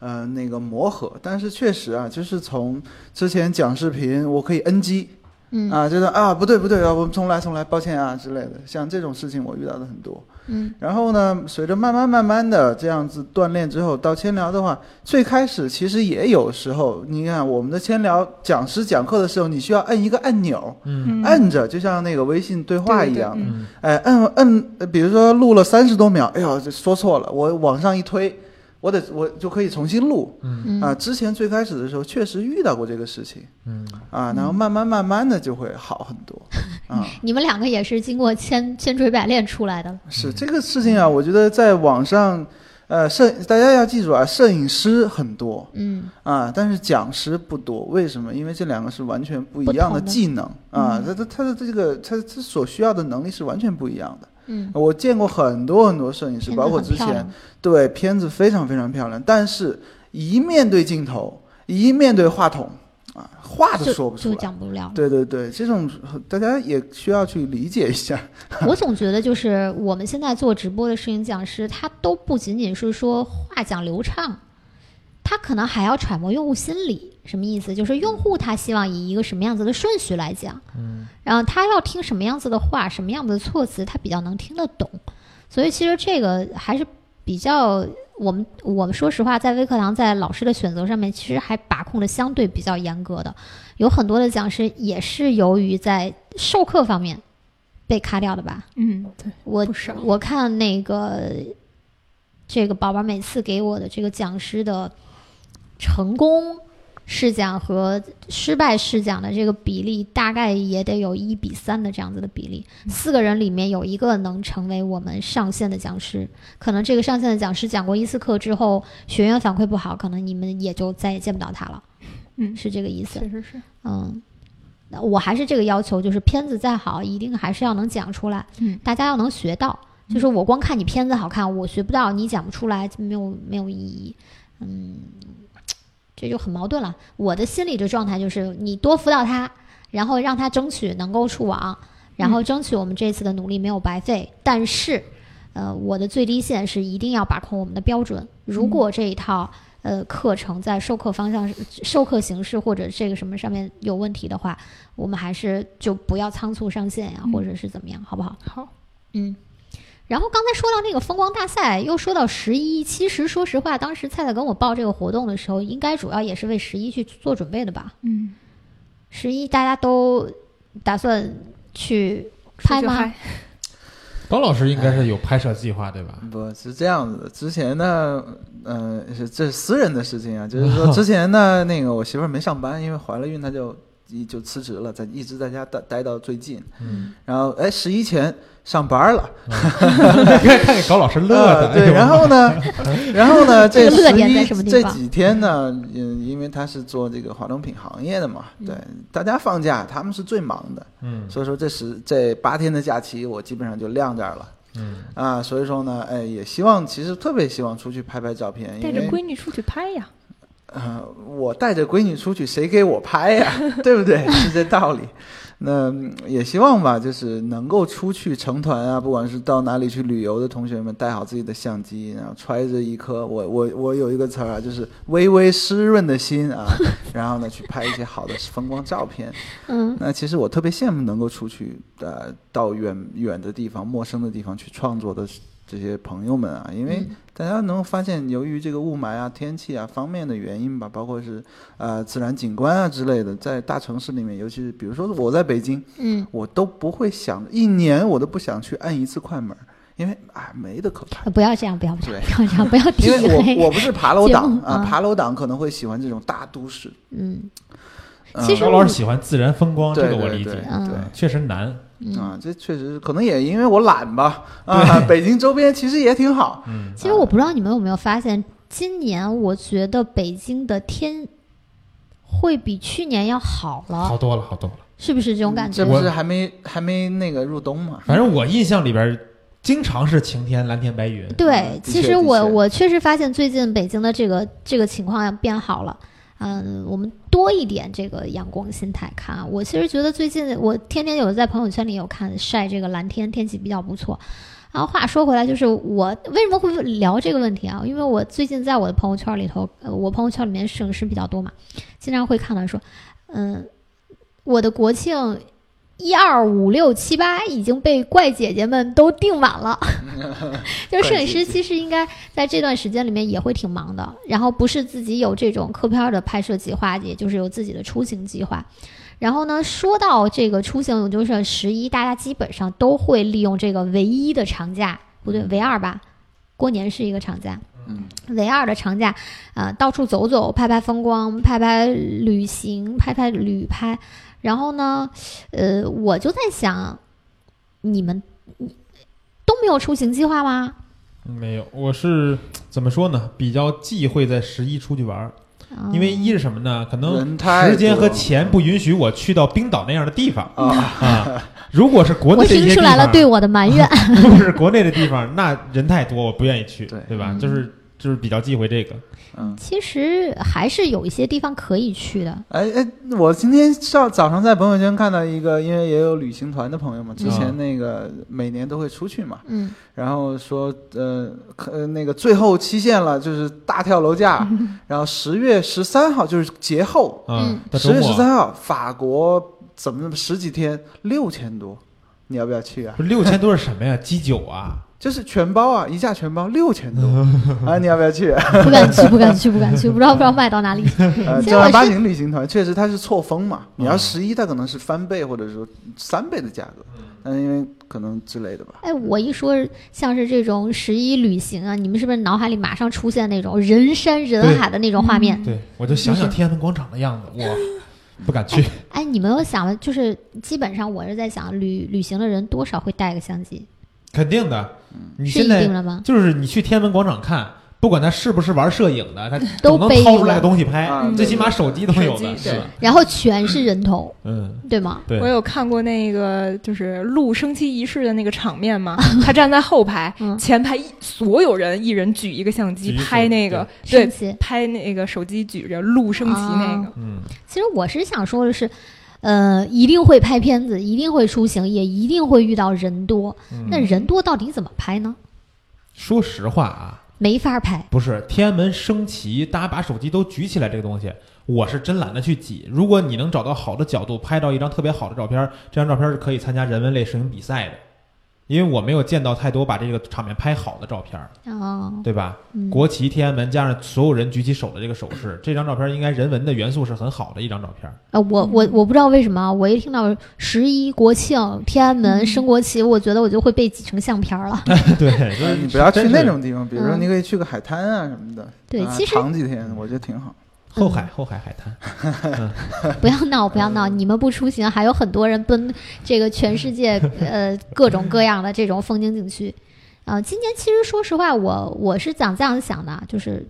Speaker 3: 呃，那个磨合，但是确实啊，就是从之前讲视频，我可以 NG
Speaker 2: 嗯
Speaker 3: 啊，觉得啊不对不对啊，我们重来重来，抱歉啊之类的，像这种事情我遇到的很多。
Speaker 2: 嗯
Speaker 3: 然后呢，随着慢慢慢慢的这样子锻炼之后，到千聊的话，最开始其实也有时候，你看我们的千聊讲师讲课的时候，你需要摁一个按钮，
Speaker 1: 嗯
Speaker 4: 嗯，
Speaker 3: 摁着就像那个微信对话一样，
Speaker 4: 对对
Speaker 1: 嗯
Speaker 3: 哎，摁摁，呃比如说录了三十多秒，哎呦，这说错了，我往上一推，我得我就可以重新录
Speaker 1: 嗯
Speaker 2: 嗯
Speaker 3: 啊。之前最开始的时候确实遇到过这个事情
Speaker 1: 嗯，
Speaker 3: 啊，然后慢慢慢慢的就会好很多 啊。
Speaker 2: 你们两个也是经过千千锤百炼出来的了。
Speaker 3: 是这个事情啊，我觉得在网上，呃，摄大家要记住啊，摄影师很多
Speaker 2: 嗯
Speaker 3: 啊，但是讲师不多。为什么？因为这两个是完全不一样
Speaker 2: 不同的嗯
Speaker 3: 技能啊，他他他的这个他他所需要的能力是完全不一样的。
Speaker 2: 嗯，
Speaker 3: 我见过很多很多摄影师，
Speaker 2: 片子
Speaker 3: 包括
Speaker 2: 很
Speaker 3: 之
Speaker 2: 漂
Speaker 3: 前
Speaker 2: 亮
Speaker 3: 对片子非常非常漂亮，但是一面对镜头，一面对话筒啊，话都
Speaker 2: 就
Speaker 3: 说不出
Speaker 2: 就
Speaker 3: 来。
Speaker 2: 讲不了了。
Speaker 3: 对对对，这种大家也需要去理解一下。
Speaker 2: 我总觉得就是我们现在做直播的摄影讲师，他都不仅仅是说话讲流畅，他可能还要揣摩用户心理。什么意思？就是用户他希望以一个什么样子的顺序来讲，嗯，然后他要听什么样子的话，什么样子的措辞，他比较能听得懂。所以其实这个还是比较。我们我们说实话，在微课堂在老师的选择上面，其实还把控的相对比较严格的，有很多的讲师也是由于在授课方面被卡掉的吧？
Speaker 4: 嗯，对，
Speaker 2: 我
Speaker 4: 不少
Speaker 2: 我看那个这个宝宝每次给我的这个讲师的成功试讲和失败试讲的这个比例，大概也得有一比三的这样子的比例。四个人里面有一个能成为我们上线的讲师，可能这个上线的讲师讲过一次课之后，学员反馈不好，可能你们也就再也见不到他了。
Speaker 4: 嗯
Speaker 2: 是这个意思
Speaker 4: 确。实是。
Speaker 2: 嗯，那我还是这个要求，就是片子再好，一定还是要能讲出来，
Speaker 4: 嗯
Speaker 2: 大家要能学到。就是我光看你片子好看，我学不到，你讲不出来，没有没有意义。嗯，这就很矛盾了。我的心理的状态就是，你多辅导他，然后让他争取能够触网，然后争取我们这次的努力没有白费。但是，呃，我的最低限是一定要把控我们的标准。如果这一套呃课程在授课方向、授课形式或者这个什么上面有问题的话，我们还是就不要仓促上线呀、
Speaker 4: 嗯
Speaker 2: 或者是怎么样，好不好？
Speaker 4: 好，
Speaker 2: 嗯。然后刚才说到那个风光大赛，又说到十一。其实说实话，当时菜菜跟我报这个活动的时候，应该主要也是为十一去做准备的吧？
Speaker 4: 嗯，
Speaker 2: 十一大家都打算去拍吗？
Speaker 1: 高老师应该是有拍摄计划对 吧？
Speaker 3: 不是这样子的，之前呢，嗯、是这是私人的事情啊，就是说之前呢， 那个我媳妇儿没上班，因为怀了孕，她就就辞职了，在一直在家待待到最近，
Speaker 1: 嗯，
Speaker 3: 然后哎，十一前上班了，
Speaker 1: 看看给高老师乐的，
Speaker 3: 呃
Speaker 1: 哎
Speaker 3: 对，
Speaker 1: 呦
Speaker 3: 然后 呢，然后呢，
Speaker 2: 这
Speaker 3: 这
Speaker 2: 个
Speaker 3: 十
Speaker 2: 乐点在
Speaker 3: 一
Speaker 2: 什么地
Speaker 3: 这
Speaker 2: 方
Speaker 3: 几天呢，嗯，因为他是做这个化妆品行业的嘛，对，
Speaker 2: 嗯
Speaker 3: 大家放假，他们是最忙的，
Speaker 1: 嗯
Speaker 3: 所以说这十这八天的假期，我基本上就晾这儿了
Speaker 1: 嗯，
Speaker 3: 啊，所以说呢，哎，也希望，其实特别希望出去拍拍照片，
Speaker 4: 带
Speaker 3: 因
Speaker 4: 着
Speaker 1: 嗯
Speaker 3: 为
Speaker 4: 闺女出去拍呀，
Speaker 3: 呃，我带着闺女出去，谁给我拍呀？ 对不对？是这道理。那嗯也希望吧，就是能够出去成团啊，不管是到哪里去旅游的同学们，带好自己的相机，然后揣着一颗我我我有一个词儿啊，就是微微湿润的心 啊，然后呢去拍一些好的风光照片。
Speaker 2: 嗯，
Speaker 3: 那其实我特别羡慕能够出去呃到远远的地方、陌生的地方去创作的这些朋友们啊，因为
Speaker 2: 嗯
Speaker 3: 大家能够发现，由于这个雾霾啊、天气啊方面的原因吧，包括是呃自然景观啊之类的，在大城市里面，尤其是比如说我在北京，
Speaker 2: 嗯，
Speaker 3: 我都不会想一年我都不想去按一次快门儿，因为啊没得可拍。
Speaker 2: 呃不要这样，不要这
Speaker 3: 对
Speaker 2: 样，不要这样，不要提
Speaker 3: 因为我
Speaker 2: 黑。
Speaker 3: 我不是爬楼党
Speaker 2: 节目
Speaker 3: 啊
Speaker 2: 啊，
Speaker 3: 爬楼党可能会喜欢这种大都市。
Speaker 2: 嗯
Speaker 3: 嗯
Speaker 2: 其实
Speaker 1: 高老师喜欢自然风光，
Speaker 3: 对
Speaker 1: 哦这个我
Speaker 3: 对
Speaker 1: 理解
Speaker 3: 对，
Speaker 2: 嗯
Speaker 1: 嗯确实难。
Speaker 2: 嗯，
Speaker 3: 啊，这确实是可能也因为我懒吧。啊，北京周边其实也挺好。
Speaker 1: 嗯，
Speaker 2: 其实我不知道你们有没有发现，今年我觉得北京的天会比去年要好
Speaker 1: 好
Speaker 2: 了，
Speaker 1: 多了，好多了。
Speaker 2: 是不是这种感觉
Speaker 3: 嗯这？不是还没还没那个入冬嘛？
Speaker 1: 反正我印象里边儿，经常是晴天、蓝天、白云。
Speaker 2: 对，
Speaker 3: 嗯的
Speaker 2: 其
Speaker 3: 确
Speaker 2: 实
Speaker 3: 的
Speaker 2: 我
Speaker 3: 确
Speaker 2: 我确实发现最近北京的这个这个情况变好了。嗯，我们多一点这个阳光心态看啊。我其实觉得最近我天天有在朋友圈里有看晒这个蓝天，天气比较不错。然后话说回来，就是我为什么会聊这个问题啊？因为我最近在我的朋友圈里头，呃，我朋友圈里面摄影师比较多嘛，经常会看到说，嗯，我的国庆一二五六七八已经被怪姐姐们都订满了。就是摄影师其实应该在这段时间里面也会挺忙的，然后不是自己有这种客片儿的拍摄计划，也就是有自己的出行计划。然后呢，说到这个出行，我就是十一，大家基本上都会利用这个唯一的长假，不对，唯二吧，过年是一个长假，
Speaker 3: 嗯，
Speaker 2: 唯二的长假，呃，到处走走，拍拍风光，拍拍旅行，拍拍旅拍。然后呢，呃，我就在想，你们你都没有出行计划吗？
Speaker 1: 没有，我是怎么说呢？比较忌讳在十一出去玩儿，
Speaker 2: 啊
Speaker 1: 因为一是什么呢？可能
Speaker 3: 嗯人太多
Speaker 1: 时间和钱不允许我去到冰岛那样的地 方
Speaker 3: 啊，
Speaker 1: 啊。如果是国
Speaker 2: 我
Speaker 1: 内的一
Speaker 2: 听
Speaker 1: 些
Speaker 2: 出
Speaker 1: 地
Speaker 2: 来了
Speaker 1: 方，
Speaker 2: 对我的 埋怨。
Speaker 1: 如果是国内的地方，那人太多，我不愿意去，
Speaker 3: 对
Speaker 1: 对吧？
Speaker 2: 嗯
Speaker 1: 就是就是比较忌讳这个。
Speaker 3: 嗯，
Speaker 2: 其实还是有一些地方可以去的，
Speaker 3: 哎哎，我今天上早上在朋友圈看到一个，因为也有旅行团的朋友嘛，之前
Speaker 1: 嗯
Speaker 3: 那个每年都会出去嘛，
Speaker 2: 嗯，
Speaker 3: 然后说呃可呃那个最后期限了，就是大跳楼价， 然后十月十三号就是节后，
Speaker 1: 啊
Speaker 2: 嗯，
Speaker 1: 到周
Speaker 3: 十月十
Speaker 1: 末
Speaker 3: 三号法国怎么十几天六千多，你要不要去啊？
Speaker 1: 不是六千多是什 么呀？鸡酒啊，
Speaker 3: 就是全包啊，一价全包六千多啊！你要不要去？
Speaker 2: 不敢去，不敢去，不敢去，不知道不知道卖到哪里去。
Speaker 3: 呃，
Speaker 2: 其实
Speaker 3: 正
Speaker 2: 我
Speaker 3: 儿
Speaker 2: 是
Speaker 3: 八经旅行团确实它是错峰嘛，你要
Speaker 1: 嗯
Speaker 3: 十一它可能是翻倍或者说三倍的价格，但是因为可能之类的吧。
Speaker 2: 哎，我一说像是这种十一旅行啊，你们是不是脑海里马上出现那种人山人海的那种画
Speaker 3: 嗯
Speaker 2: 面？
Speaker 1: 对我就想想天安门广场的样 子，我不敢去。
Speaker 3: 嗯
Speaker 2: 哎，你们有想的，就是基本上我是在想，旅旅行的人多少会带个相机，
Speaker 1: 肯定的，你
Speaker 2: 是
Speaker 1: 现
Speaker 3: 嗯
Speaker 2: 一
Speaker 1: 在
Speaker 2: 定了吗？
Speaker 1: 就是你去天安门广场看，不管他是不是玩摄影的，他总
Speaker 2: 都
Speaker 1: 能
Speaker 2: 背嗯
Speaker 1: 掏
Speaker 2: 一
Speaker 1: 出来
Speaker 2: 个
Speaker 1: 个东西拍
Speaker 3: 啊，
Speaker 1: 最
Speaker 4: 对
Speaker 1: 起码手机都有
Speaker 4: 手
Speaker 1: 的，
Speaker 4: 机
Speaker 1: 是吧？
Speaker 2: 然后全是人头，
Speaker 1: 嗯，
Speaker 2: 对吗？
Speaker 1: 对
Speaker 4: 我。有看过那个就是录升旗仪式的那个场面 嘛，他站在后排，
Speaker 2: 嗯
Speaker 4: 前排一所有人一人举一个相机
Speaker 1: 举一手
Speaker 4: 拍那个，对
Speaker 2: 神，奇。
Speaker 4: 拍那个手机举着录
Speaker 2: 啊
Speaker 4: 升旗那个，
Speaker 1: 嗯，
Speaker 2: 其实我是想说的是，呃，一定会拍片子，一定会出行，也一定会遇到人多。
Speaker 1: 嗯
Speaker 2: 那人多到底怎么拍呢？
Speaker 1: 说实话啊，
Speaker 2: 没法拍。
Speaker 1: 不是天安门升旗，大家把手机都举起来这个东西，我是真懒得去挤。如果你能找到好的角度拍到一张特别好的照片，这张照片是可以参加人文类摄影比赛的，因为我没有见到太多把这个场面拍好的照片，
Speaker 2: 哦，
Speaker 1: 对吧？
Speaker 2: 嗯
Speaker 1: 国旗、天安门加上所有人举起手的这个手势，这张照片应该人文的元素是很好的一张照片。
Speaker 2: 呃，我我我不知道为什么啊，我一听到十一国庆、天安门
Speaker 4: 嗯
Speaker 2: 升国旗，我觉得我就会被挤成相 片儿了。
Speaker 1: 对，就
Speaker 3: 就是啊是你不要去
Speaker 1: 真是
Speaker 3: 那种地方，比如说
Speaker 2: 嗯
Speaker 3: 你可以去个海滩啊什么的，
Speaker 2: 对
Speaker 3: 啊
Speaker 2: 其实
Speaker 3: 躺几天我觉得挺好。
Speaker 1: 后海后海海滩。
Speaker 2: 不要闹，不要闹！你们不出行，还有很多人奔这个全世界呃各种各样的这种风景景区。呃，今年其实说实话，我我是想这样想的啊，就是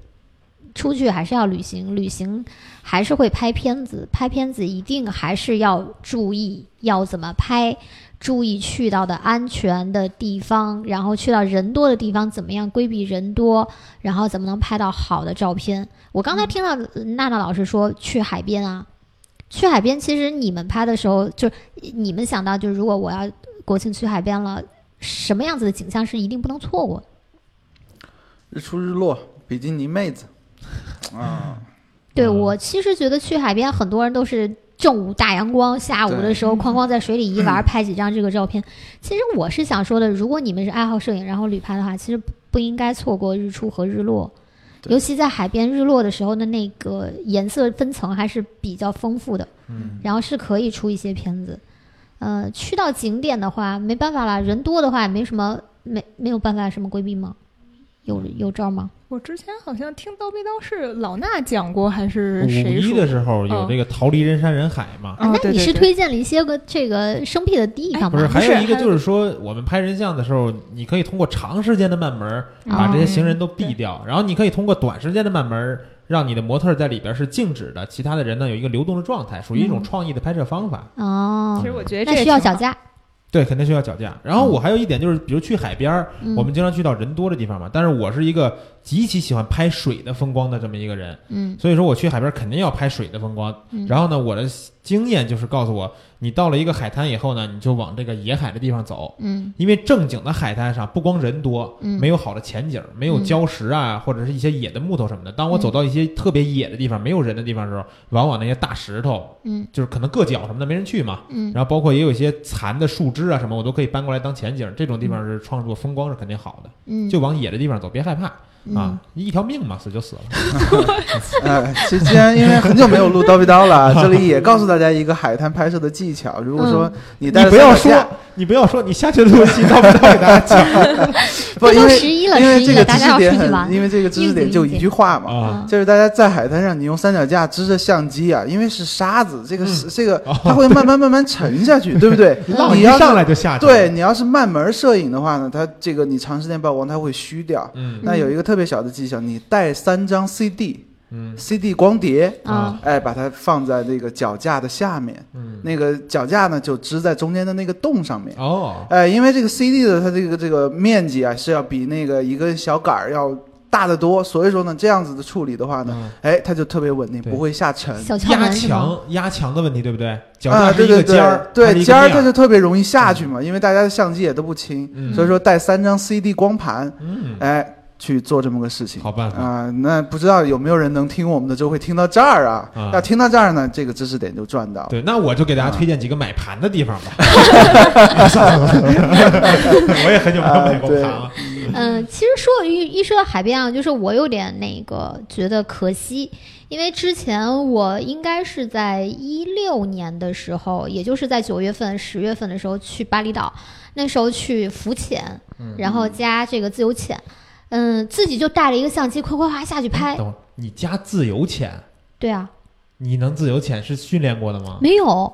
Speaker 2: 出去还是要旅行，旅行还是会拍片子，拍片子一定还是要注意要怎么拍，注意去到的安全的地方，然后去到人多的地方怎么样规避人多，然后怎么能拍到好的照片。我刚才听到呃娜娜老师说去海边啊，去海边，其实你们拍的时候，就是你们想到，就是如果我要国庆去海边了，什么样子的景象是一定不能错过的，
Speaker 3: 日出日落，比基尼妹子，啊，
Speaker 2: 对、
Speaker 1: 嗯
Speaker 2: 我其实觉得去海边，很多人都是正午大阳光，下午的时候
Speaker 4: 对
Speaker 2: 哐哐在水里一玩，拍几张这个照片。其实我是想说的，如果你们是爱好摄影，然后旅拍的话，其实不不应该错过日出和日落。
Speaker 3: 对
Speaker 2: 尤其在海边日落的时候的那个颜色分层还是比较丰富的，
Speaker 1: 嗯，
Speaker 2: 然后是可以出一些片子。呃，去到景点的话，没办法啦，人多的话也没什么，没没有办法什么规避吗？有有招吗？
Speaker 4: 我之前好像听刀逼刀是老衲讲过还是
Speaker 1: 五
Speaker 4: 谁
Speaker 1: 一
Speaker 4: 说
Speaker 1: 的时候有
Speaker 4: 哦
Speaker 1: 这个逃离人山人海嘛，
Speaker 4: 哦
Speaker 2: 啊那
Speaker 4: 对
Speaker 2: 你
Speaker 4: 对
Speaker 2: 是
Speaker 4: 对
Speaker 2: 推荐了一些个这个生僻的地方
Speaker 1: 哎不
Speaker 2: 吗？
Speaker 1: 是，还
Speaker 4: 不是
Speaker 1: 有一个
Speaker 4: 还有
Speaker 1: 就是说，我们拍人像的时候，你可以通过长时间的慢门儿
Speaker 4: 啊
Speaker 2: 嗯
Speaker 1: 把这些行人都避掉，然后你可以通过短时间的慢门儿让你的模特儿在里边儿是静止的，其他的人呢有一个流动的状态，属于一种创意的拍摄方法。
Speaker 2: 哦
Speaker 4: 其，实我觉得这
Speaker 2: 那
Speaker 4: 也
Speaker 2: 需要
Speaker 4: 挺
Speaker 2: 脚
Speaker 4: 好
Speaker 2: 架。
Speaker 1: 对，肯定需要脚架。然后我还有一点就是，比如去海边儿，
Speaker 2: 嗯
Speaker 1: 我们经常去到人多的地方嘛，但是我是一个极其喜欢拍水的风光的这么一个人，
Speaker 2: 嗯
Speaker 1: 所以说我去海边肯定要拍水的风光。
Speaker 2: 嗯
Speaker 1: 然后呢，我的经验就是告诉我，你到了一个海滩以后呢，你就往这个野海的地方走。
Speaker 2: 嗯
Speaker 1: 因为正经的海滩上不光人多，
Speaker 2: 嗯
Speaker 1: 没有好的前景，没有礁石啊，或者是一些野的木头什么的。当我走到一些特别野的地方，没有人的地方的时候，往往那些大石头，
Speaker 2: 嗯
Speaker 1: 就是可能硌脚什么的，没人去嘛。
Speaker 2: 嗯，
Speaker 1: 然后包括也有一些残的树枝啊什么，我都可以搬过来当前景。这种地方是创作风光是肯定好的，
Speaker 2: 嗯
Speaker 1: 就往野的地方走，别害怕
Speaker 2: 嗯
Speaker 1: 啊，一条命嘛，死就死了。
Speaker 3: 哎，其实既然因为很久没有录叨逼叨了，这里也告诉大家一个海滩拍摄的技巧。如果说你带
Speaker 1: 你
Speaker 3: 着
Speaker 1: 不要
Speaker 3: 三脚
Speaker 1: 说
Speaker 3: 架，，
Speaker 1: 你不要说，你下去录期到不到给大家讲
Speaker 3: 不
Speaker 2: 这
Speaker 3: 因
Speaker 2: 都
Speaker 3: 为
Speaker 2: 十一了，
Speaker 3: 因
Speaker 2: 十
Speaker 3: 为
Speaker 2: 一
Speaker 3: 这
Speaker 2: 了，
Speaker 3: 个
Speaker 2: 大
Speaker 3: 知
Speaker 2: 家
Speaker 3: 识
Speaker 2: 要出
Speaker 3: 点
Speaker 2: 去玩嗯
Speaker 3: 很，。因为这个知识点就一句话嘛。
Speaker 1: 啊？
Speaker 3: 就是大家在海滩上，你用三脚架支着相机啊，因为是沙子，这个是、这个
Speaker 1: 哦
Speaker 3: 它会慢慢慢慢沉下去，对不对？
Speaker 1: 浪
Speaker 3: 你
Speaker 1: 哦一
Speaker 3: 要是
Speaker 1: 上来就下去，
Speaker 3: 对，你要是慢门摄影的话呢，它这个你长时间曝光，它会虚掉。
Speaker 1: 嗯
Speaker 3: 那有一个特别小的技巧，你带三张 CD、
Speaker 1: 嗯
Speaker 3: CD 光碟，
Speaker 2: 啊，
Speaker 3: 哎，把它放在那个脚架的下面，
Speaker 1: 嗯，
Speaker 3: 那个脚架呢就支在中间的那个洞上面。
Speaker 1: 哦，
Speaker 3: 哎，因为这个 CD 的它这个这个面积啊是要比那个一个小杆儿要大得多，所以说呢，这样子的处理的话呢，
Speaker 1: 嗯
Speaker 3: 哎，它就特别稳定，
Speaker 1: 对
Speaker 3: 不会下沉。
Speaker 2: 啊小窍
Speaker 1: 压
Speaker 2: 门是吗？
Speaker 1: 强压强的问题，对不对？脚
Speaker 3: 啊，
Speaker 1: 架是
Speaker 3: 对
Speaker 1: 一
Speaker 3: 对
Speaker 1: 个
Speaker 3: 对
Speaker 1: 尖儿，，它是
Speaker 3: 对
Speaker 1: 一个
Speaker 3: 尖儿
Speaker 1: 面
Speaker 3: 它就特别容易下去嘛，因为大家的相机也都不轻，
Speaker 1: 嗯
Speaker 3: 所以说带三张 CD 光盘，
Speaker 1: 嗯，
Speaker 3: 哎，去做这么个事情。
Speaker 1: 好办法，
Speaker 3: 啊、那不知道有没有人能听我们的，就会听到这儿啊。
Speaker 1: 啊
Speaker 3: 要听到这儿呢，这个知识点就赚到了。
Speaker 1: 对，那我就给
Speaker 3: 啊
Speaker 1: 大家推荐几个买盘的地方吧。 我也很久没有买过盘
Speaker 3: 啊
Speaker 1: 了，
Speaker 2: 嗯，其实说一一说到海边啊，就是我有点那个觉得可惜，因为之前我应该是在一六年的时候，也就是在九月份、十月份的时候去巴厘岛，那时候去浮潜，
Speaker 1: 嗯
Speaker 2: 然后加这个自由潜，嗯，自己就带了一个相机，夸夸夸下去拍。
Speaker 1: 等会儿你加自由潜，
Speaker 2: 对啊，
Speaker 1: 你能自由潜是训练过的吗？
Speaker 2: 没有，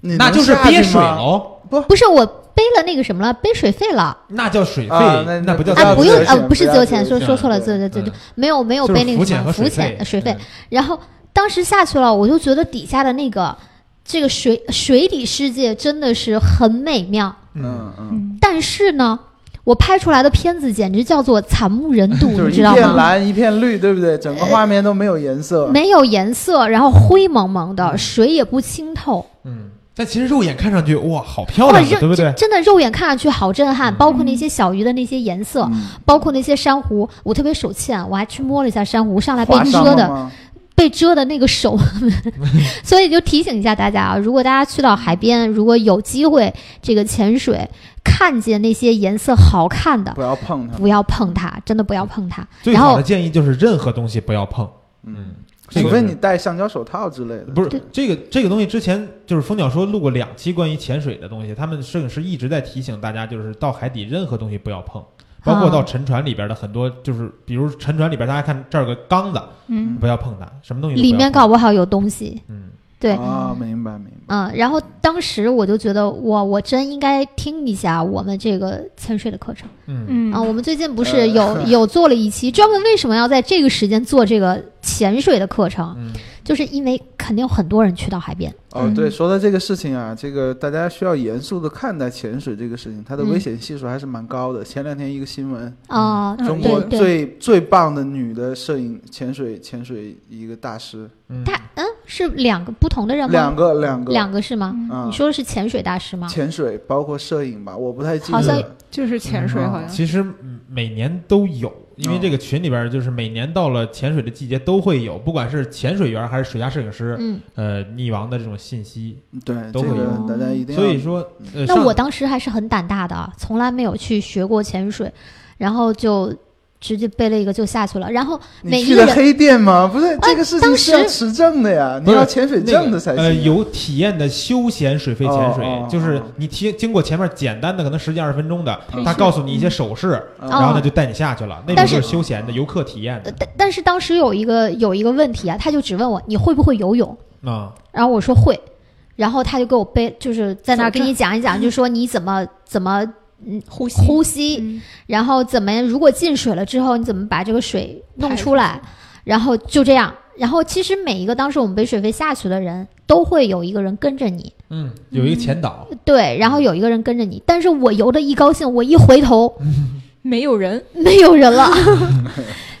Speaker 3: 你能
Speaker 1: 那就是
Speaker 3: 下去
Speaker 1: 憋水
Speaker 3: 吗
Speaker 1: 喽。
Speaker 2: 不是我背了那个什么了，杯水费了
Speaker 1: 那叫水费，
Speaker 3: 啊那
Speaker 1: 不叫
Speaker 3: 那
Speaker 2: 啊，
Speaker 1: 自
Speaker 2: 不
Speaker 1: 由
Speaker 2: 用
Speaker 1: 潜
Speaker 2: 啊
Speaker 3: 不，
Speaker 2: 不是
Speaker 3: 要
Speaker 2: 自由
Speaker 3: 自由
Speaker 2: 潜，说
Speaker 1: 潜
Speaker 2: 说错了，
Speaker 3: 对
Speaker 2: 对对对，
Speaker 1: 嗯
Speaker 2: 对没有没有
Speaker 1: 就是
Speaker 2: 背那
Speaker 1: 浮
Speaker 2: 个什
Speaker 1: 潜
Speaker 2: 么
Speaker 1: 和
Speaker 2: 浮
Speaker 1: 费
Speaker 2: 潜呃水费
Speaker 1: 嗯，
Speaker 2: 然后当时下去了，我就觉得底下的那个这个水水底世界真的是很美妙，
Speaker 1: 嗯，
Speaker 3: 嗯嗯，
Speaker 4: 嗯，
Speaker 2: 但是呢，我拍出来的片子简直叫做惨不忍睹，
Speaker 3: 就是
Speaker 2: 嗯你
Speaker 3: 一
Speaker 2: 知道
Speaker 3: 片
Speaker 2: 吗？
Speaker 3: 蓝一片绿，对不对？整个画面都没有颜色。
Speaker 2: 没有颜色，然后灰蒙蒙
Speaker 3: 嗯
Speaker 2: 的，水也不清透，
Speaker 1: 嗯，但其实肉眼看上去哇，好漂
Speaker 2: 哇，
Speaker 1: 亮啊，
Speaker 2: 肉
Speaker 1: 对不对
Speaker 2: 真？真的肉眼看上去好震撼，包括那些小鱼的那些颜色，
Speaker 3: 嗯
Speaker 2: 包括那些珊瑚，我特别手欠，啊我还去摸了一下珊瑚，上来被
Speaker 3: 划伤
Speaker 2: 蛰
Speaker 3: 了
Speaker 2: 的，
Speaker 3: 吗？
Speaker 2: 被蛰的那个手， 所以就提醒一下大家啊，如果大家去到海边，如果有机会这个潜水，看见那些颜色好看的，
Speaker 3: 不要碰它。
Speaker 2: 不要碰它，真的不要碰它。
Speaker 1: 嗯最
Speaker 2: 然
Speaker 1: 好
Speaker 2: 后
Speaker 1: 的建议就是任何东西不要碰，嗯
Speaker 3: 嗯，，
Speaker 1: 这
Speaker 3: 除
Speaker 1: 个
Speaker 3: 非
Speaker 1: 是
Speaker 3: 你戴橡胶手套之类的。
Speaker 1: 不是
Speaker 2: 对
Speaker 1: 这个这个东西，之前就是蜂鸟说录过两期关于潜水的东西，他们摄影师一直在提醒大家，就是到海底任何东西不要碰，包括
Speaker 2: 啊
Speaker 1: 到沉船里边的很多，就是比如沉船里边，大家看这儿有个缸子，
Speaker 4: 嗯
Speaker 1: 不要碰它，什么东西都不
Speaker 2: 里
Speaker 1: 要
Speaker 2: 面
Speaker 1: 碰
Speaker 2: 搞不好有东西，
Speaker 1: 嗯
Speaker 2: 对。
Speaker 3: 啊，明白明白。
Speaker 2: 嗯，然后当时我就觉得，哇，我真应该听一下我们这个潜水的课程
Speaker 1: 嗯
Speaker 4: 嗯
Speaker 2: 啊！我们最近不
Speaker 3: 呃
Speaker 2: 是有有做了一期专门为什么要在这个时间做这个潜水的课程，
Speaker 1: 嗯，
Speaker 2: 就是因为肯定有很多人去到海边，
Speaker 3: 哦，对，说到这个事情啊，这个大家需要严肃的看待潜水这个事情，它的
Speaker 2: 嗯
Speaker 3: 危险系数还是蛮高的。前两天一个新闻，
Speaker 2: 啊、
Speaker 4: 嗯
Speaker 3: 中
Speaker 2: 对
Speaker 3: 国
Speaker 2: 对，
Speaker 3: 最最棒的女的摄影潜水潜水一个大师，
Speaker 1: 嗯
Speaker 2: 他嗯是两个不同的人吗？
Speaker 3: 两个两个
Speaker 2: 两个是吗？
Speaker 3: 啊
Speaker 2: 你，说的是潜水大师吗？
Speaker 3: 潜水包括摄影吧，我不太记
Speaker 2: 好
Speaker 3: 得
Speaker 2: 像
Speaker 3: 了。
Speaker 4: 就是潜水好像，
Speaker 1: 其实嗯每年都有，因为
Speaker 3: 嗯
Speaker 1: 这个群里边就是每年到了潜水的季节都会有，不管是潜水员还是水下摄影师，
Speaker 2: 嗯，
Speaker 1: 呃，溺亡的这种信息。
Speaker 3: 对，
Speaker 1: 都
Speaker 3: 这
Speaker 1: 会
Speaker 3: 个
Speaker 2: 有
Speaker 3: 大家一定要。
Speaker 1: 所以说，呃，
Speaker 2: 那
Speaker 1: 上
Speaker 2: 我当时还是很胆大的啊，从来没有去学过潜水，然后就直接背了一个就下去了，然后每
Speaker 3: 你
Speaker 2: 一
Speaker 3: 去
Speaker 2: 个
Speaker 3: 的
Speaker 2: 人。呃
Speaker 3: 黑店吗？不是，这个事情
Speaker 2: 当
Speaker 3: 是要
Speaker 2: 时
Speaker 3: 持证的呀，
Speaker 1: 不
Speaker 3: 你
Speaker 1: 是
Speaker 3: 要潜水证的才行啊。
Speaker 1: 呃，有体验的休闲水肺潜水，
Speaker 3: 哦哦
Speaker 1: 就是
Speaker 3: 哦
Speaker 1: 你听经过前面简单的可能十几二十分钟的，
Speaker 3: 嗯
Speaker 1: 他告诉你一些手势，
Speaker 3: 嗯
Speaker 2: 哦
Speaker 1: 然后呢就带你下去了，那种
Speaker 2: 但
Speaker 1: 就是是休闲的游客体验的
Speaker 2: 呃但但是当时有一个有一个问题啊，他就只问我你会不会游泳，
Speaker 1: 啊。
Speaker 2: 然后我说会，然后他就给我背，就是在那儿
Speaker 4: 走
Speaker 2: 给你讲一讲，就说你怎么怎么
Speaker 4: 呼吸
Speaker 2: 呼吸，
Speaker 4: 嗯
Speaker 2: 然后怎么如果进水了之后，你怎么把这个水弄出来？然后就这样，然后其实每一个当时我们背水费下去的人都会有一个人跟着你，
Speaker 1: 嗯，有一个前导，
Speaker 2: 对，然后有一个人跟着你。但是我游的一高兴，我一回头
Speaker 4: 没有人，
Speaker 2: 没有人了。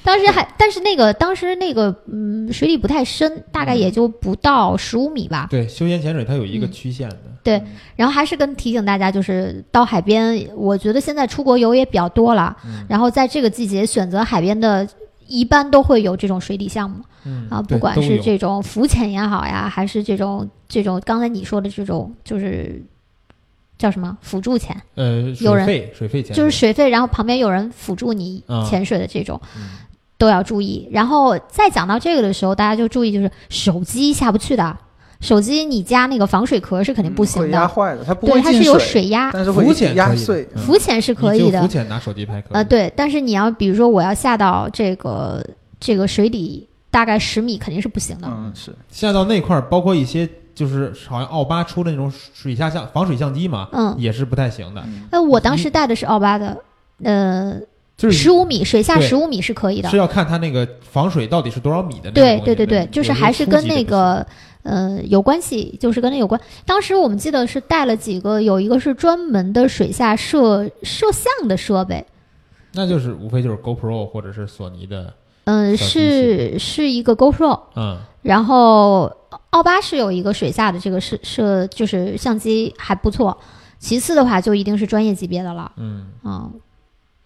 Speaker 2: 当时还，但是那个当时那个嗯，水里不太深，大概也就不到十五米吧。
Speaker 1: 对休闲潜水它有一个
Speaker 2: 嗯
Speaker 1: 曲线的，
Speaker 2: 对然后还是跟提醒大家，就是到海边，我觉得现在出国游也比较多了，
Speaker 1: 嗯
Speaker 2: 然后在这个季节选择海边的，一般都会有这种水底项目。
Speaker 1: 嗯
Speaker 2: 啊，不
Speaker 1: 对
Speaker 2: 管
Speaker 1: 都
Speaker 2: 是
Speaker 1: 有
Speaker 2: 这种浮潜也好呀，还是这种这种刚才你说的这种，就是叫什么辅助潜，
Speaker 1: 呃
Speaker 2: 有
Speaker 1: 水
Speaker 2: 人
Speaker 1: 费水费潜
Speaker 2: 就是
Speaker 1: 水
Speaker 2: 水费，然后旁边有人辅助你
Speaker 1: 啊
Speaker 2: 潜水的这种，
Speaker 1: 嗯
Speaker 2: 都要注意。然后再讲到这个的时候，大家就注意，就是手机下不去的，手机你加那个防水壳是肯
Speaker 1: 嗯
Speaker 2: 定不
Speaker 3: 会
Speaker 2: 行
Speaker 3: 压
Speaker 2: 的，
Speaker 3: 坏的，它不
Speaker 2: 对，
Speaker 3: 会
Speaker 2: 它
Speaker 3: 进
Speaker 2: 是有水压，
Speaker 3: 但是会
Speaker 1: 浮潜
Speaker 3: 压
Speaker 1: 可以的
Speaker 3: 碎。
Speaker 1: 嗯
Speaker 2: 浮潜是可以
Speaker 1: 你只有浮
Speaker 2: 的，
Speaker 1: 潜拿手机拍可以
Speaker 2: 呃，，对，但是你要比如说我要下到这个这个水底大概十米，肯定是不行的。
Speaker 3: 嗯，是
Speaker 1: 下到那块儿，包括一些就是好像奥巴出的那种水下相防水相机嘛，
Speaker 2: 嗯
Speaker 1: 也是不太行的，
Speaker 3: 嗯
Speaker 2: 哎，我当
Speaker 1: 你
Speaker 2: 时带的是奥巴的，呃，
Speaker 1: 嗯就是
Speaker 2: 十五米，水下
Speaker 1: 对
Speaker 2: 十五米是可以的
Speaker 1: 是。要看它那个防水到底是多少米的那个
Speaker 2: 对
Speaker 1: 东
Speaker 2: 对
Speaker 1: 西
Speaker 2: 对对，
Speaker 1: 那
Speaker 2: 就是
Speaker 1: 有些
Speaker 2: 还是
Speaker 1: 初
Speaker 2: 跟
Speaker 1: 级的
Speaker 2: 那
Speaker 1: 不
Speaker 2: 个呃有关系，就是跟那有关。当时我们记得是带了几个，有一个是专门的水下摄摄像的设备，
Speaker 1: 行，那就是无非就是 GoPro 或者是索尼的，
Speaker 2: 嗯、
Speaker 1: 小机
Speaker 2: 是是一个 GoPro，
Speaker 1: 嗯
Speaker 2: 然后奥巴是有一个水下的这个摄摄，就是相机还不错。其次的话，就一定是专业级别的了，
Speaker 1: 嗯。
Speaker 2: 嗯，